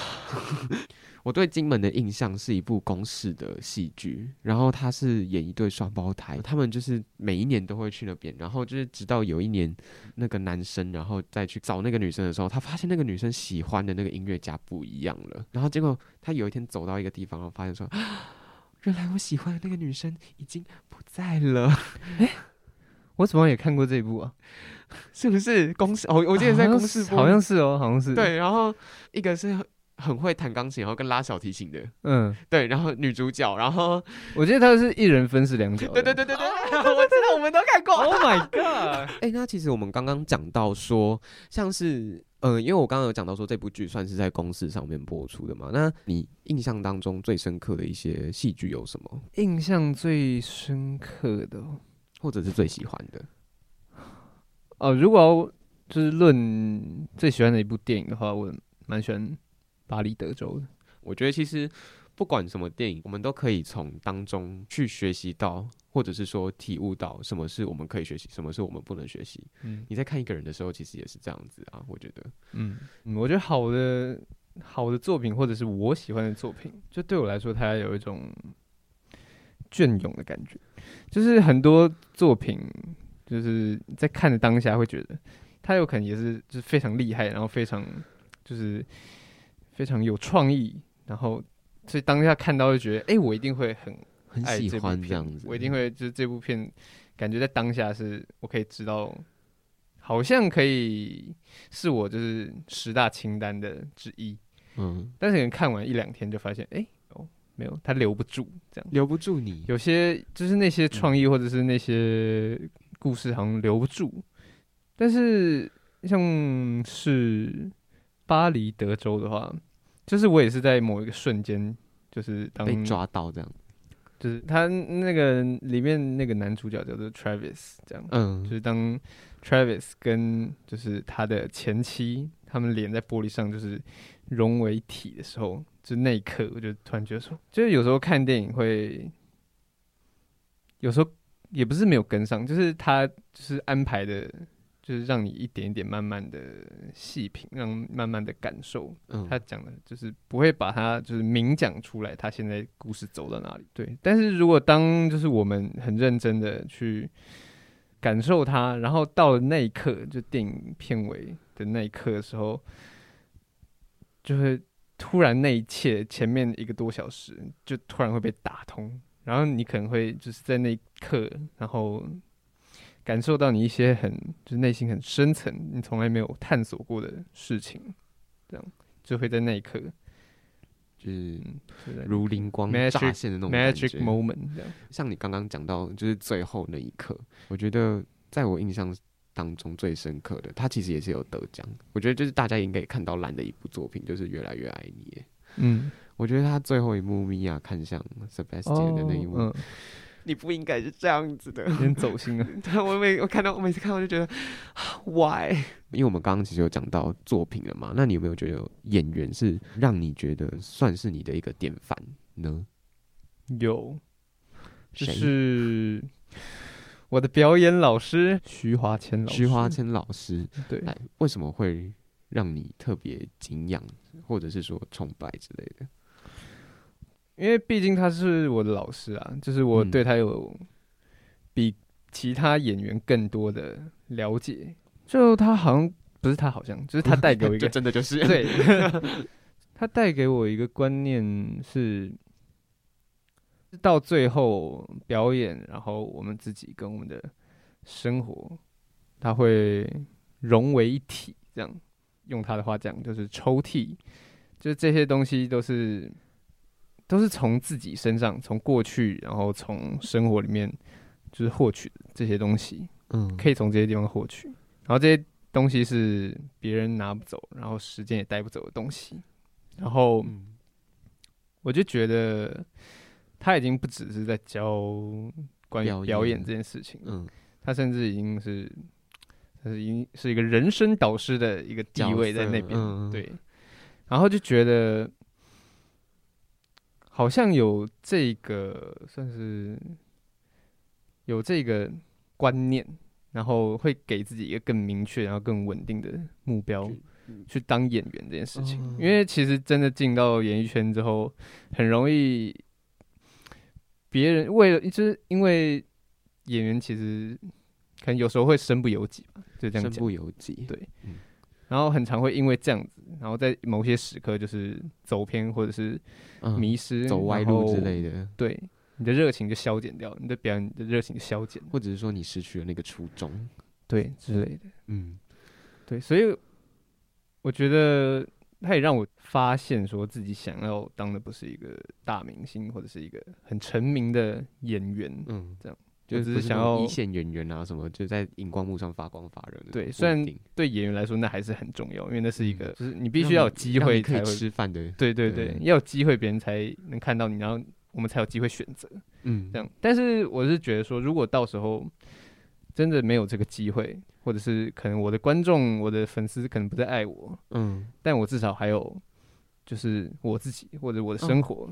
Speaker 1: 我对金门的印象是一部公式的戏剧，然后他是演一对双胞胎，他们就是每一年都会去那边，然后就是直到有一年那个男生，然后再去找那个女生的时候，他发现那个女生喜欢的那个音乐家不一样了，然后结果他有一天走到一个地方，然后发现说，啊原来我喜欢的那个女生已经不在了， *laughs*
Speaker 2: 我怎么也看过这一部啊？
Speaker 1: 是不是？公式，哦，我记得在公式播，
Speaker 2: 好像是哦，好像是。，
Speaker 1: 对，然后一个是很很会弹钢琴，然后跟拉小提琴的，
Speaker 2: 嗯，
Speaker 1: 对，然后女主角，然后
Speaker 2: 我记得它是一人分饰两角。
Speaker 1: 对对。对对对，我知道，我们都看过。
Speaker 2: Oh my
Speaker 1: *laughs*
Speaker 2: god！
Speaker 1: 哎、那其实我们刚刚讲到说，像是呃，因为我刚刚有讲到说这部剧算是在公司上面播出的嘛，那你印象当中最深刻的一些戏剧有什么，
Speaker 2: 印象最深刻的哦，
Speaker 1: 或者是最喜欢的？
Speaker 2: 哦如果要就是论最喜欢的一部电影的话，我蛮喜欢《巴黎德州》的。
Speaker 1: 我觉得其实不管什么电影，我们都可以从当中去学习到，或者是说体悟到什么是我们可以学习，什么是我们不能学习。
Speaker 2: 嗯
Speaker 1: 你在看一个人的时候，其实也是这样子啊，我觉得。
Speaker 2: 嗯，我觉得好的好的作品，或者是我喜欢的作品，就对我来说，它有一种隽永的感觉。就是很多作品，就是在看的当下会觉得，它有可能也是就是非常厉害，然后非常就是非常有创意，然后所以当下看到就觉得，哎、我一定会很
Speaker 1: 很
Speaker 2: 爱
Speaker 1: 喜
Speaker 2: 这部
Speaker 1: 欢
Speaker 2: 片
Speaker 1: 这样子，
Speaker 2: 我一定会就是这部片，感觉在当下是我可以知道，好像可以是我就是十大清单的之一，
Speaker 1: 嗯，
Speaker 2: 但是可能看完一两天就发现，哎、哦，没有，它留不住这样。
Speaker 1: 留不住你。
Speaker 2: 有些就是那些创意或者是那些故事好像留不住，但是像是巴黎德州的话，就是我也是在某一个瞬间，就是当
Speaker 1: 被抓到这样，
Speaker 2: 就是他那个里面那个男主角叫做 Travis，这样，就
Speaker 1: 嗯，
Speaker 2: 是当 Travis 跟就是他的前妻他们脸在玻璃上就是融为一体的时候，就那一刻，我就突然觉得说，就是有时候看电影会，有时候也不是没有跟上，就是他就是安排的，就是让你一点一点慢慢的细品，让慢慢的感受
Speaker 1: 嗯
Speaker 2: 他讲的就是不会把他就是明讲出来，他现在故事走到哪里。对，但是如果当就是我们很认真的去感受它，然后到了那一刻，就电影片尾的那一刻的时候，就会突然那一切前面一个多小时就突然会被打通，然后你可能会就是在那一刻，然后感受到你一些很就是内心很深层你从来没有探索过的事情，这样就会在那一刻，
Speaker 1: 就是
Speaker 2: 嗯，就在
Speaker 1: 如灵光
Speaker 2: Magic-
Speaker 1: 乍现的那种感觉
Speaker 2: magic moment 这样。
Speaker 1: 像你刚刚讲到，就是最后那一刻，我觉得在我印象当中最深刻的，他其实也是有得奖。我觉得就是大家应该也看到烂的一部作品，就是《越来越爱你》耶。
Speaker 2: 嗯，哦
Speaker 1: *laughs* 我觉得他最后一幕米娅看向 Sebastian 的那一幕，
Speaker 2: 嗯，
Speaker 1: 你不应该是这样子的。
Speaker 2: 有点走心了。
Speaker 1: 对， *laughs* 我每我看到我每次看到就觉得 why？因为我们刚刚其实有讲到作品了嘛，那你有没有觉得演员是让你觉得算是你的一个典范呢？
Speaker 2: 有，就
Speaker 1: 谁
Speaker 2: 是我的表演老师徐华谦老师。
Speaker 1: 徐华谦老师，
Speaker 2: 对，
Speaker 1: 哎，为什么会让你特别敬仰，或者是说崇拜之类的？
Speaker 2: 因为毕竟他是我的老师啊，就是我
Speaker 1: 嗯
Speaker 2: 对他有比其他演员更多的了解。就他好像不是他好像， *laughs* 就是他带给我一个
Speaker 1: 真的就是
Speaker 2: 对，他带给我一个观念是，到最后表演，然后我们自己跟我们的生活，它会融为一体。这样用他的话讲，就是抽屉，就是这些东西都是都是从自己身上，从过去，然后从生活里面就是获取的这些东西。
Speaker 1: 嗯，
Speaker 2: 可以从这些地方获取，然后这些东西是别人拿不走，然后时间也带不走的东西。然后
Speaker 1: 嗯
Speaker 2: 我就觉得他已经不只是在教关
Speaker 1: 表演
Speaker 2: 于表演这件事情，
Speaker 1: 嗯，
Speaker 2: 他甚至已经是，他是已经是一个人生导师的一个 *laughs* 地位在那
Speaker 1: 角
Speaker 2: 边
Speaker 1: 色，嗯
Speaker 2: 对。然后就觉得好像有这个算是有这个观念，然后会给自己一个更明确，然后更稳定的目标
Speaker 1: 去。嗯
Speaker 2: 去当演员这件事情，
Speaker 1: 哦
Speaker 2: 因为其实真的进到演艺圈之后，很容易别人为了就是因为演员其实可能有时候会身不由己吧，就这样
Speaker 1: 身
Speaker 2: 讲。
Speaker 1: 不由己，
Speaker 2: 对然后很常会因为这样子，然后在某些时刻就是走偏或者是
Speaker 1: 嗯
Speaker 2: 迷失、
Speaker 1: 走歪路之
Speaker 2: 的，
Speaker 1: 类的，
Speaker 2: 对，你的热情就消减掉，你的表演的热情就消减，
Speaker 1: 或者是说你失去了那个初衷，
Speaker 2: 对之类的，
Speaker 1: 嗯
Speaker 2: 对，所以我觉得他也让我发现，说自己想要当的不是一个大明星或者是一个很成名的演员，
Speaker 1: 嗯，
Speaker 2: 这样
Speaker 1: 就
Speaker 2: 我只是
Speaker 1: 不那
Speaker 2: 想
Speaker 1: 种
Speaker 2: 要
Speaker 1: 一线演员啊什么，就在荧光幕上发光发热的，
Speaker 2: 对
Speaker 1: 不
Speaker 2: 虽然
Speaker 1: 一定
Speaker 2: 对演员来说那还是很重要，因为那是一个
Speaker 1: 嗯
Speaker 2: 就是你必须要有机
Speaker 1: 让
Speaker 2: 会
Speaker 1: 你可
Speaker 2: 才
Speaker 1: 以
Speaker 2: 会，
Speaker 1: 吃饭的，
Speaker 2: 对对
Speaker 1: 对
Speaker 2: 对，要有机会别人才能看到你，然后我们才有机会选择。
Speaker 1: 嗯
Speaker 2: 这，样。但是我是觉得说，如果到时候真的没有这个机会，或者是可能我的观众、我的粉丝可能不再爱我，
Speaker 1: 嗯，
Speaker 2: 但我至少还有就是我自己或者我的生活，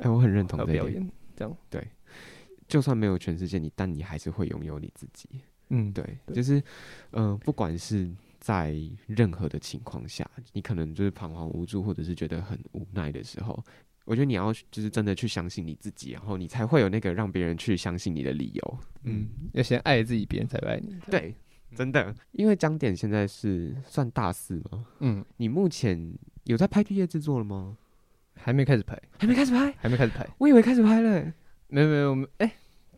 Speaker 1: 哎，我很认
Speaker 2: 还
Speaker 1: 同
Speaker 2: 有
Speaker 1: 这一
Speaker 2: 表
Speaker 1: 点，
Speaker 2: 演，这样。
Speaker 1: 就算没有全世界你，但你还是会拥有你自己，
Speaker 2: 嗯，
Speaker 1: 对，
Speaker 2: 对
Speaker 1: 就是，嗯，不管是。在任何的情况下，你可能就是彷徨无助，或者是觉得很无奈的时候，我觉得你要就是真的去相信你自己，然后你才会有那个让别人去相信你的理由。
Speaker 2: 嗯，要先爱自己，别人才会爱你。这样，
Speaker 1: 对，真的，因为江点现在是算大四吗？
Speaker 2: 嗯，
Speaker 1: 你目前有在拍毕业制作了吗？
Speaker 2: 还没开始拍，
Speaker 1: 还没开始拍，
Speaker 2: 还没开始拍，
Speaker 1: 我以为开始拍了欸、
Speaker 2: 没有没有，我们哎。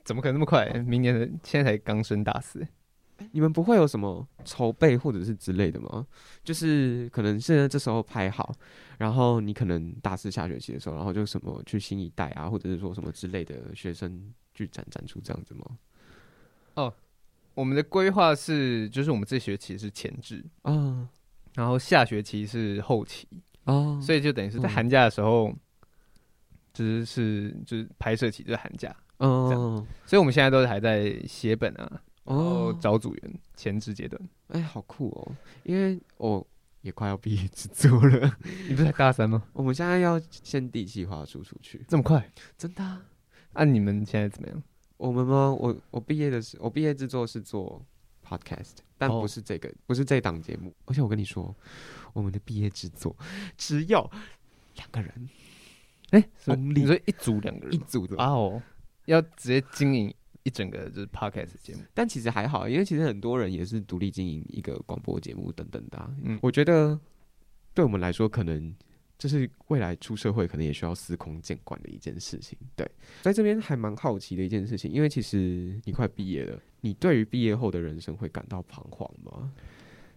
Speaker 2: 怎么可能那么快？明年的现在才刚升大四，
Speaker 1: 你们不会有什么筹备或者是之类的吗？就是可能现在这时候拍好，然后你可能大四下学期的时候，然后就什么去新一代啊，或者是说什么之类的学生剧展展出这样子吗？
Speaker 2: 我们的规划是，就是我们这学期是前置，
Speaker 1: 啊
Speaker 2: 然后下学期是后期，
Speaker 1: 哦，
Speaker 2: 所以就等于是
Speaker 1: 嗯
Speaker 2: 在寒假的时候，就是是就是拍摄期就是寒假，
Speaker 1: 哦
Speaker 2: 所以我们现在都是还在写本啊，然后
Speaker 1: 哦，
Speaker 2: 找组员前置阶段。
Speaker 1: 哎、好酷哦！因为我也快要毕业制作了， *laughs*
Speaker 2: 你不是才大三吗？
Speaker 1: 我们现在要先地计划输出去，
Speaker 2: 这么快？
Speaker 1: 真的啊、
Speaker 2: 啊，你们现在怎么样？
Speaker 1: 我们吗？我我毕业的时，我毕业制作是做 podcast，但
Speaker 2: 哦
Speaker 1: 不是这个，不是这档节目。而且我跟你说，我们的毕业制作只有两个人
Speaker 2: 哎、是
Speaker 1: Only
Speaker 2: 你说一组两个
Speaker 1: 一
Speaker 2: 人吗？
Speaker 1: 组的，
Speaker 2: 啊哦，要直接经营一整个就是 podcast 节目，
Speaker 1: 但其实还好，因为其实很多人也是独立经营一个广播节目等等的啊、
Speaker 2: 嗯
Speaker 1: 我觉得对我们来说，可能就是未来出社会，可能也需要司空见惯的一件事情。对，在这边还蛮好奇的一件事情，因为其实你快毕业了，你对于毕业后的人生会感到彷徨吗？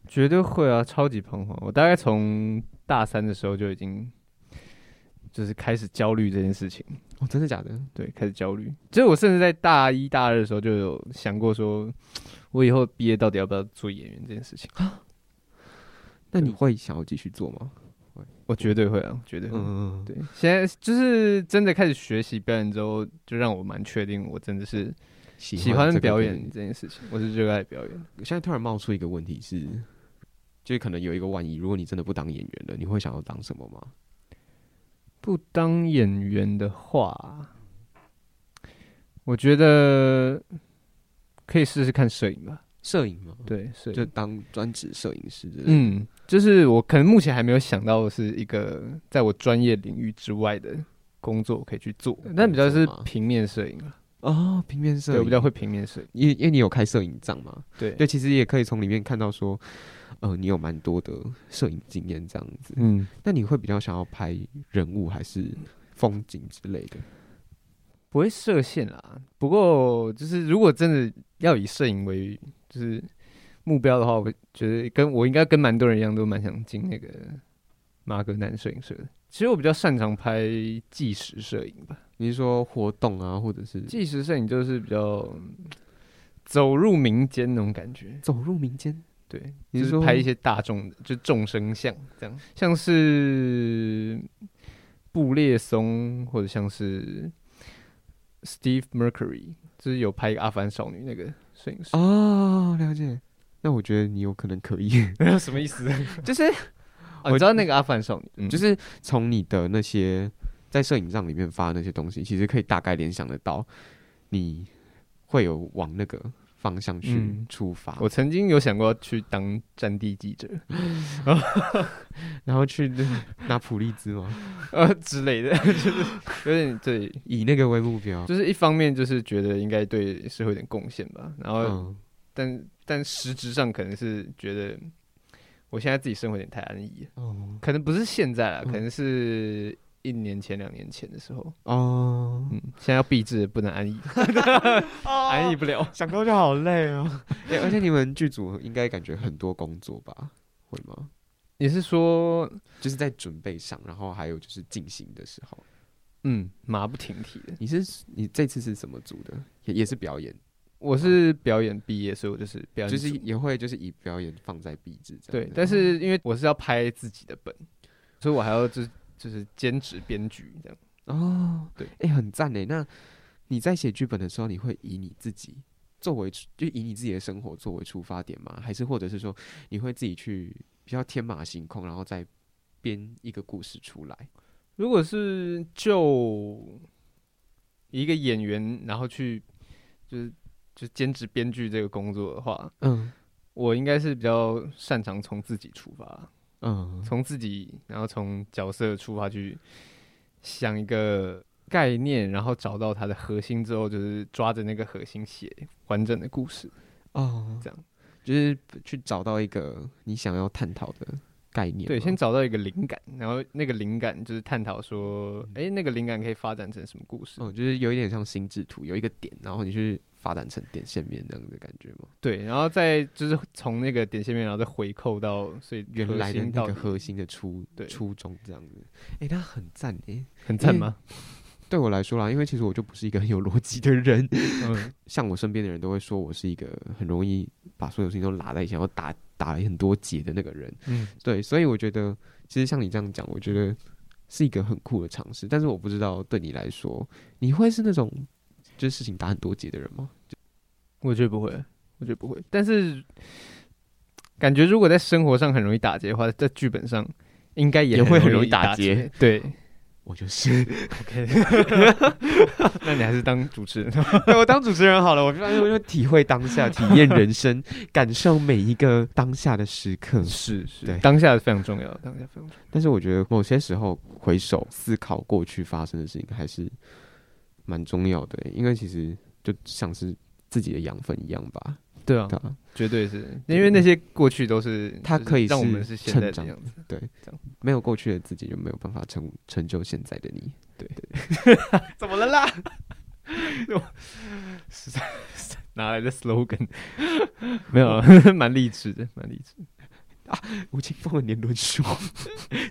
Speaker 2: 绝对会啊，超级彷徨。我大概从大三的时候就已经就是开始焦虑这件事情。
Speaker 1: 哦，真的假的？
Speaker 2: 对，开始焦虑。就是我甚至在大一大二的时候就有想过说，我以后毕业到底要不要做演员这件事情。
Speaker 1: 那你会想要继续做吗？会？
Speaker 2: 我绝对会啊，绝对会。
Speaker 1: 嗯，
Speaker 2: 对，现在就是真的开始学习表演之后，就让我蛮确定，我真的是
Speaker 1: 喜
Speaker 2: 喜欢
Speaker 1: 这个
Speaker 2: 表
Speaker 1: 电
Speaker 2: 演
Speaker 1: 影
Speaker 2: 这件事情，我是热爱表演。
Speaker 1: 现在突然冒出一个问题是，就是可能有一个万一，如果你真的不当演员了，你会想要当什么吗？
Speaker 2: 不当演员的话，我觉得可以试试看摄影吧。
Speaker 1: 摄影吗？
Speaker 2: 对，摄
Speaker 1: 就
Speaker 2: 影。
Speaker 1: 当专职摄影师之类的。
Speaker 2: 嗯，就是我可能目前还没有想到是一个在我专业领域之外的工作可以去做，但比较是
Speaker 1: 工作吗
Speaker 2: 平面摄影啊，
Speaker 1: 哦，平面摄
Speaker 2: 对，
Speaker 1: 影
Speaker 2: 我比较会平面摄影。
Speaker 1: 因为因为你有开摄影帐嘛，
Speaker 2: 对，
Speaker 1: 对，其实也可以从里面看到说，呃，你有蛮多的摄影经验这样子。
Speaker 2: 嗯，
Speaker 1: 那你会比较想要拍人物还是风景之类的？
Speaker 2: 不会设限啦。不过就是如果真的要以摄影为就是目标的话，我觉得跟我应该跟蛮多人一样，都蛮想进那个马格南摄影社的。其实我比较擅长拍纪实摄影吧，
Speaker 1: 你是说活动啊，或者是
Speaker 2: 纪实摄影就是比较嗯走入民间那种感觉，
Speaker 1: 走入民间？
Speaker 2: 对，
Speaker 1: 你
Speaker 2: 就是是
Speaker 1: 说
Speaker 2: 拍一些大众的，就众生像这样，像是布列松或者像是 Steve Mercury，就是有拍一个《阿凡少女》那个摄 *laughs* 影师，
Speaker 1: 哦，了解。那我觉得你有可能可以，
Speaker 2: 什么意思？ *laughs*
Speaker 1: 就是
Speaker 2: 我知道那个《阿凡少女》嗯，
Speaker 1: 就是从你的那些在摄影帐里面发的那些东西，其实可以大概联想得到，你会有往那个方向去
Speaker 2: 嗯
Speaker 1: 出发， *laughs*
Speaker 2: 我曾经有想过要去当战地记者，
Speaker 1: 然后去那个拿普利兹嘛，
Speaker 2: *laughs* 呃之类 *laughs* 的，就是有嗯点对，
Speaker 1: 以那个为目 *laughs* 标。
Speaker 2: 就是一方面就是觉得应该对社会有点贡献吧，然后
Speaker 1: 嗯，
Speaker 2: 但但实质上可能是觉得我现在自己生活有点太安逸了，
Speaker 1: 哦，
Speaker 2: 可能不是现在啦，
Speaker 1: 嗯
Speaker 2: 可能是一年前、两年前的时候。
Speaker 1: 哦，
Speaker 2: 嗯，现在要避制，不能安 *laughs* 逸，安逸不了。
Speaker 1: 想到就好累 *laughs* 哦。欸而且你们剧组应该感觉很多工作吧？会吗？
Speaker 2: 也是说，
Speaker 1: 就是在准备上，然后还有就是进行的时候，
Speaker 2: 嗯，马不停蹄的。
Speaker 1: 你是你这次是什么组的？也也是表演，
Speaker 2: 我是表演毕业，所以我嗯就是表演
Speaker 1: 就
Speaker 2: 组，
Speaker 1: 是也会就是以表演放在壁纸这样
Speaker 2: 对
Speaker 1: 子。。
Speaker 2: 但是因为我是要拍自己的本，所以我还要就是就是兼职编剧这样。
Speaker 1: 哦，
Speaker 2: 对
Speaker 1: 哎、很赞哎。那你在写剧本的时候，你会以你自己作为出，就以你自己的生活作为出发点吗？还是或者是说，你会自己去比较天马行空，然后再编一个故事出来？
Speaker 2: 如果是就一个演员，然后去就是就兼职编剧这个工作的话，
Speaker 1: 嗯
Speaker 2: 我应该是比较擅长从自己出发，
Speaker 1: 嗯，
Speaker 2: 从自己，然后从角色出发去想一个概念，然后找到它的核心之后，就是抓着那个核心写完整的故事。
Speaker 1: 哦，
Speaker 2: 这样
Speaker 1: 就是去找到一个你想要探讨的概念吗。
Speaker 2: 对，先找到一个灵感，然后那个灵感就是探讨说，诶，那个灵感可以发展成什么故事？
Speaker 1: 嗯，就是有一点像心智图，有一个点，然后你去发展成点线面这样子的感觉吗？
Speaker 2: 对，然后再就是从那个点线面，然后再回扣到所以
Speaker 1: 原来的
Speaker 2: 核心
Speaker 1: 那
Speaker 2: 到
Speaker 1: 个
Speaker 2: 底
Speaker 1: 核心的初
Speaker 2: 对
Speaker 1: 初衷这样子。哎、那很赞哎、
Speaker 2: 很赞吗？
Speaker 1: 对我来说啦，因为其实我就不是一个很有逻辑的人， *laughs*
Speaker 2: 嗯，
Speaker 1: 像我身边的人都会说我是一个很容易把所有事情都拉在一起，然后打打很多结的那个人。
Speaker 2: *laughs* 嗯
Speaker 1: 对，所以我觉得其实像你这样讲，我觉得是一个很酷的尝试。但是我不知道对你来说，你会是那种就是事情打很多结的人吗？
Speaker 2: 我觉得不会，我觉得不会。但是感觉如果在生活上很容易打结的话，在剧本上应该
Speaker 1: 也
Speaker 2: 也
Speaker 1: 会很
Speaker 2: 很
Speaker 1: 容易
Speaker 2: 易
Speaker 1: 打
Speaker 2: 结。
Speaker 1: 结
Speaker 2: 对
Speaker 1: 我就是，
Speaker 2: ，OK，那你还是当主持人。 *laughs*
Speaker 1: 对我当主持人好了，我就我就体会当下，体验人生，感受每一个当下的时刻。
Speaker 2: 是是
Speaker 1: 对
Speaker 2: 当下非常重要，当下非常重要。
Speaker 1: 但是我觉得某些时候回首思考过去发生的事情，还是蛮重要的欸，因为其实就像是自己的养分一样吧，
Speaker 2: 对啊
Speaker 1: 对，吧？
Speaker 2: 绝对是因为那些过去都是，
Speaker 1: 它
Speaker 2: 就是
Speaker 1: 可以
Speaker 2: 让我
Speaker 1: 是
Speaker 2: 们是现在
Speaker 1: 成
Speaker 2: 的
Speaker 1: 长
Speaker 2: 样子。
Speaker 1: 没有过去的自己，就没有办法成成就现在的你。 *laughs*
Speaker 2: 怎么了啦？实在是哪来的 slogan？没有啊， *laughs* 蛮励志的，蛮励志。
Speaker 1: 吴青峰的年轮
Speaker 2: *laughs*
Speaker 1: 说：“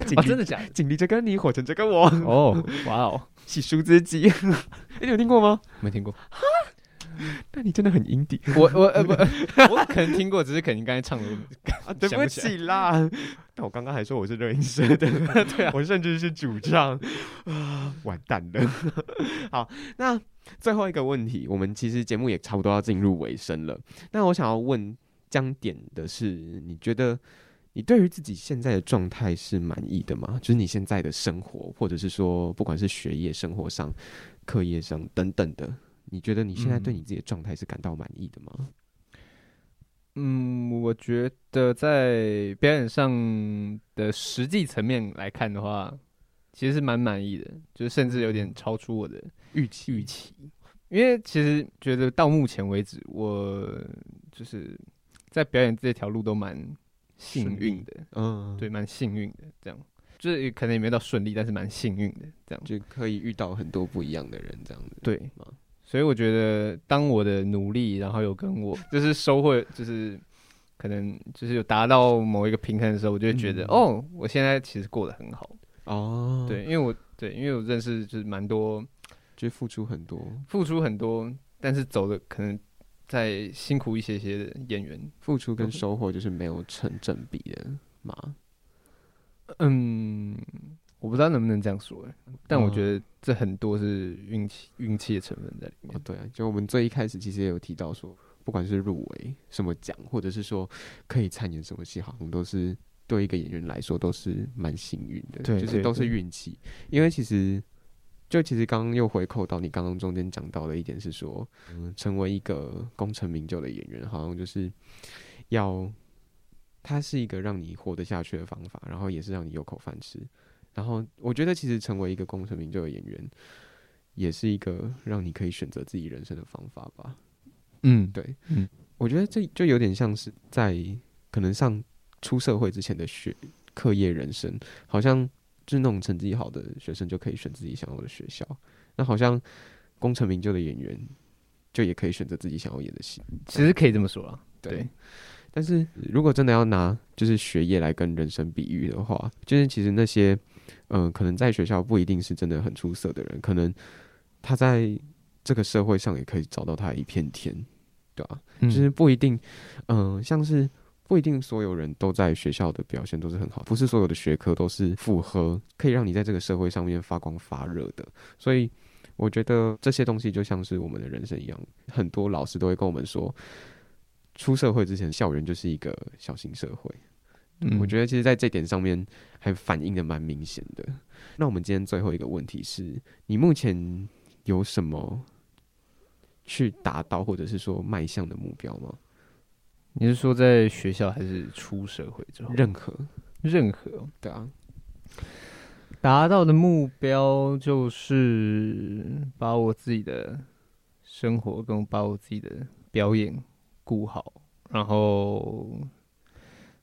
Speaker 1: 锦
Speaker 2: 哦，
Speaker 1: 鲤
Speaker 2: 真的假的？
Speaker 1: 锦鲤这跟你，火成这跟我，
Speaker 2: 哦， *laughs* 哇哦，
Speaker 1: 洗梳自己。 *laughs* 哎，你有听过吗？
Speaker 2: 没听过。
Speaker 1: 那你真的很阴底
Speaker 2: 我我呃不，我可能听过，只是可能刚才唱的
Speaker 1: 啊！
Speaker 2: 对
Speaker 1: 对
Speaker 2: 不
Speaker 1: 不
Speaker 2: 起
Speaker 1: 起啦， *laughs* 但我刚刚还说我是热音社的， *laughs* 对啊，我甚至是主唱啊，完蛋了。 *laughs* 好，那最后一个问题，我们其实节目也差不多要进入尾声了。那我想要问江点的是，你觉得你对于自己现在的状态是满意的吗？就是你现在的生活，或者是说，不管是学业、生活上、课业上等等的，你觉得你现在对你自己的状态是感到满意的吗？
Speaker 2: 嗯，我觉得在表演上的实际层面来看的话，其实是蛮满意的，就是甚至有点超出我的
Speaker 1: 预期
Speaker 2: 预期。因为其实觉得到目前为止，我就是在表演这条路都蛮幸运的，
Speaker 1: 嗯，
Speaker 2: 对，，蛮幸运的。这样就是可能也没有到顺利，但是蛮幸运的。这样
Speaker 1: 就可以遇到很多不一样的人，这样子。
Speaker 2: 对
Speaker 1: 吗，
Speaker 2: 所以我觉得当我的努力，然后有跟我 *laughs* 就是收获，就是可能就是有达到某一个平衡的时候，我就会觉得、
Speaker 1: 嗯
Speaker 2: 哦，我现在其实过得很好。
Speaker 1: 哦，
Speaker 2: 对，，因为我对，因为我认识就是蛮多
Speaker 1: 就付出很多，
Speaker 2: 付出很多，但是走的可能再辛苦一些些的演员。
Speaker 1: 付出跟收获就是没有成正比的嘛。
Speaker 2: 嗯，我不知道能不能这样说，但我
Speaker 1: 嗯
Speaker 2: 觉得这很多是运气运气的成分在里面
Speaker 1: 哦。，对啊，就我们最一开始其实也有提到说，不管是入围什么奖，或者是说可以参演什么戏，好像都是对一个演员来说都是蛮幸运的，
Speaker 2: 对
Speaker 1: 就是
Speaker 2: 对
Speaker 1: 都是
Speaker 2: 对
Speaker 1: 运气。因为其实就其实刚刚又回扣到你刚刚中间讲到的一点是说，嗯，成为一个功成名就的演员，好像就是要它是一个让你活得下去的方法，然后也是让你有口饭吃。然后我觉得其实成为一个功成名就的演员，也是一个让你可以选择自己人生的方法吧。
Speaker 2: 嗯，
Speaker 1: 对，
Speaker 2: 嗯
Speaker 1: 我觉得这就有点像是在可能上出社会之前的学课业人生，好像就是那种成绩好的学生就可以选自己想要的学校，那好像功成名就的演员就也可以选择自己想要演的戏。
Speaker 2: 其实可以这么说啊。
Speaker 1: 对
Speaker 2: 对，
Speaker 1: 但是如果真的要拿就是学业来跟人生比喻的话，就是其实那些嗯、呃可能在学校不一定是真的很出色的人，可能他在这个社会上也可以找到他的一片天，对啊吧、
Speaker 2: 就
Speaker 1: 就是不一定，嗯、像是不一定所有人都在学校的表现都是很好，不是所有的学科都是符合可以让你在这个社会上面发光发热的。所以我觉得这些东西就像是我们的人生一样，很多老师都会跟我们说，出社会之前，校园就是一个小型社会。
Speaker 2: 嗯
Speaker 1: 我觉得其实在这点上面还反映的蛮明显的。那我们今天最后一个问题是，你目前有什么去达到或者是说迈向的目标吗？
Speaker 2: 你是说在学校还是出社会之后？
Speaker 1: 任何
Speaker 2: 任何哦
Speaker 1: 对啊，
Speaker 2: 达到的目标就是把我自己的生活跟把我自己的表演顾好，然后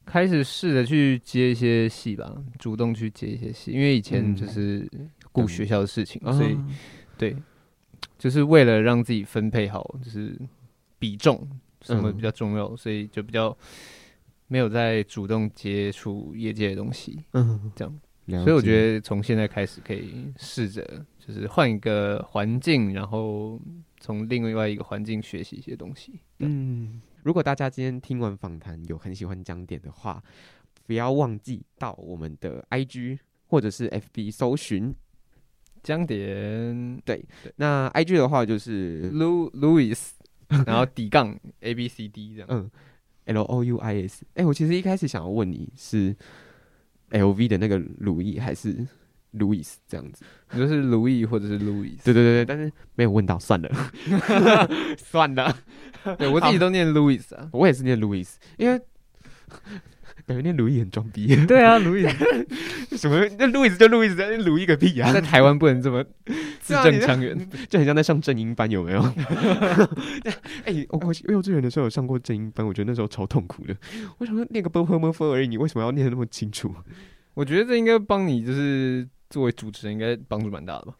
Speaker 2: 开始试着去接一些戏吧，主动去接一些戏，因为以前
Speaker 1: 嗯
Speaker 2: 就是顾学校的事情，
Speaker 1: 啊
Speaker 2: 所以对，就是为了让自己分配好，就是比重什么
Speaker 1: 嗯
Speaker 2: 比较重要，所以就比较没有在主动接触业界的东西。
Speaker 1: 嗯，
Speaker 2: 这样
Speaker 1: 了解，
Speaker 2: 所以我觉得从现在开始可以试着，就是换一个环境，然后从另外一个环境学习一些东西。
Speaker 1: 嗯，如果大家今天听完访谈有很喜欢讲点的话，不要忘记到我们的 IG 或者是 FB 搜寻。
Speaker 2: 江点
Speaker 1: 那 IG 的话就是
Speaker 2: Lu Louis，然后底杠 A B C D 这样。
Speaker 1: 嗯，L O U I S。哎、我其实一开始想要问你是 L V 的那个鲁易还是 Louis 这样子？
Speaker 2: 你就是 Louis 或者是 Louis， *laughs*
Speaker 1: 对对对对，但是没有问到，算了，算了，
Speaker 2: 对我自己都念 Louis 啊。
Speaker 1: 我也是念 Louis，因为 *laughs* 感觉念鲁易很装逼，
Speaker 2: 对啊，Louis
Speaker 1: *laughs* 什么那 Louis 就 Louis，那鲁易个屁啊！
Speaker 2: *laughs* 在台湾不能这么字正腔圆。
Speaker 1: 就很像在上正音班，有没有？ *laughs* 哎、我我幼稚园的时候有上过正音班，我觉得那时候超痛苦的。我想说念个 b p m f 而已，你为什么要念得那么清楚？
Speaker 2: 我觉得这应该帮你，就是作为主持人，应该帮助蛮大的吧，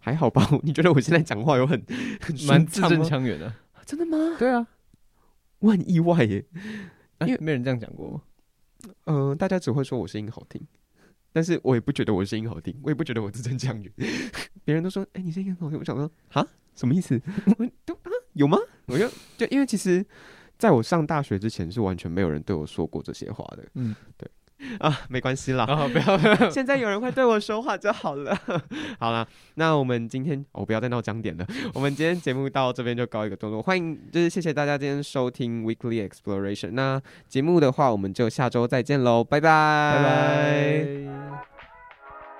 Speaker 1: 还好吧？你觉得我现在讲话有很很
Speaker 2: 蛮
Speaker 1: 顺
Speaker 2: 字
Speaker 1: 畅
Speaker 2: 正
Speaker 1: 吗
Speaker 2: 腔圆的。
Speaker 1: 真的吗？
Speaker 2: 对啊，
Speaker 1: 我很意外耶。因
Speaker 2: 因为
Speaker 1: 为
Speaker 2: 没人这样讲过吗？
Speaker 1: 嗯、大家只会说我声音好听，但是我也不觉得我声音好听，我也不觉得我字正腔圆。 *laughs* 别人都说：“哎、你声音很好听。”我想说：“哈，什么意思？我都啊有吗？”我就就因为其实在我上大学之前是完全没有人对我说过这些话的。
Speaker 2: 嗯，
Speaker 1: 对。 *laughs* 啊，没关系啦。
Speaker 2: 然后不 *laughs*
Speaker 1: *laughs*
Speaker 2: 要
Speaker 1: 现在有人会对我说话就好了。 *laughs* 好啦，那我们今天我、哦不要再闹僵点了。我们今天节目到这边就告一个段落，欢迎就是谢谢大家今天收听 Weekly Exploration。那节目的话，我们就下周再见喽，拜拜，
Speaker 2: 拜
Speaker 1: 拜
Speaker 2: 拜。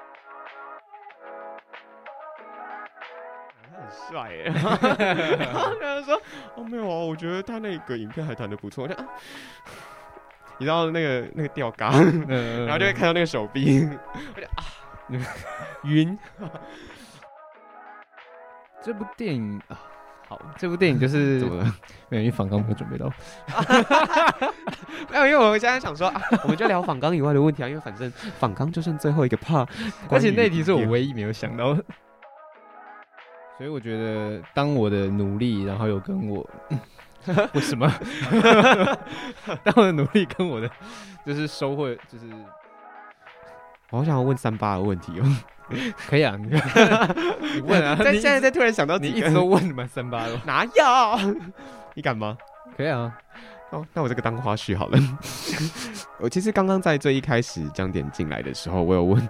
Speaker 1: 很帅耶，然后他就说：“哦，没有啊，我觉得他那个影片还弹的不错。”我 *laughs* 就、啊、你知道那个那个吊嘎，
Speaker 2: 然
Speaker 1: 然后就会看到那个手臂， *laughs* 我就啊，晕。
Speaker 2: *laughs* 这部电影啊，好，这部电影就
Speaker 1: *laughs*
Speaker 2: 是
Speaker 1: 怎么了？
Speaker 2: 没有，因为反刚没有准备到。
Speaker 1: 没有，因为我现在想说，啊、我们就聊仿纲以外的问题啊，因为反正仿纲就剩最后一个 part，
Speaker 2: 而且那题是我唯一没有想到的。 *laughs* 所以我觉得，当我的努力，然后有跟我 *laughs* 为什么？ *laughs* 当我的努力跟我的就是收获，就是
Speaker 1: 我好想要问三八的问题哦。
Speaker 2: 可以啊。 *laughs* 你你问啊，
Speaker 1: 但
Speaker 2: 你
Speaker 1: 现在再突然想到
Speaker 2: 你
Speaker 1: 几
Speaker 2: 一
Speaker 1: 个
Speaker 2: 直，都问嘛三八了，
Speaker 1: 哪有？你敢吗？
Speaker 2: *laughs* 可以啊。
Speaker 1: 哦，那我这个当花絮好了。我其实刚刚在最一开始江点进来的时候，我有问，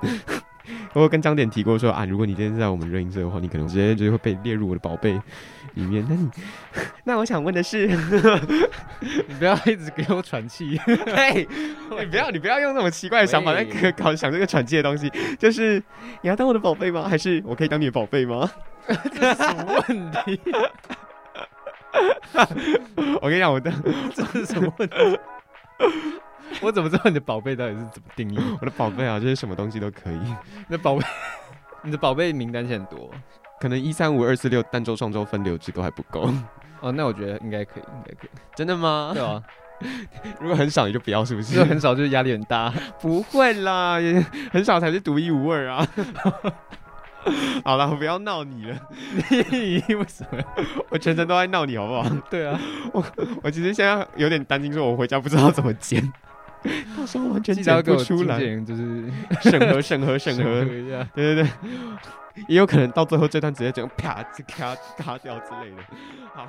Speaker 1: 我有跟江点提过说啊，如果你今天在我们热音社的话，你可能直接就会被列入我的宝贝里面。那你，那我想问的是，
Speaker 2: 你不要一直给我喘气。
Speaker 1: *laughs*
Speaker 2: *laughs*
Speaker 1: 嘿，你不要，你不要用那种奇怪的想法来
Speaker 2: 喂
Speaker 1: 搞想这个喘气的东西，就是你要当我的宝贝吗？还是我可以当你的宝贝 *laughs* 吗？
Speaker 2: 这是什么问题？ *laughs*
Speaker 1: 我跟你讲，我的
Speaker 2: 这是什么问题？我怎么知道你的宝贝到底是怎么定义？ *laughs*
Speaker 1: 我的宝贝啊，就是什么东西都可以，
Speaker 2: 你的宝贝， *laughs* 你的宝贝名单现在很多
Speaker 1: 可能一三五二四六单周双周分流之都还不够，
Speaker 2: 哦，那我觉得应该可以，应该可以。
Speaker 1: *laughs* 真的吗
Speaker 2: 对？啊，
Speaker 1: 如果很少你就不要，是不？
Speaker 2: *laughs* 就是很少，就是压力很大。 *laughs*
Speaker 1: 不会啦，也很少才是独一无二啊。 *laughs* 好了，我不要闹你
Speaker 2: *laughs*
Speaker 1: 了，
Speaker 2: 你为什么要？
Speaker 1: 我全程都在闹你，好不好？
Speaker 2: 对啊，
Speaker 1: 我其实现在有点担心，说我回家不知道怎么剪，到时候完全
Speaker 2: 记得要
Speaker 1: 剪
Speaker 2: 给我
Speaker 1: 不出
Speaker 2: 经
Speaker 1: 来
Speaker 2: 纪。人就是
Speaker 1: 审核审核审
Speaker 2: 审
Speaker 1: 核，
Speaker 2: 一下。
Speaker 1: 对对对，也有可能到最后这段直接就啪就咔咔掉之类的。好，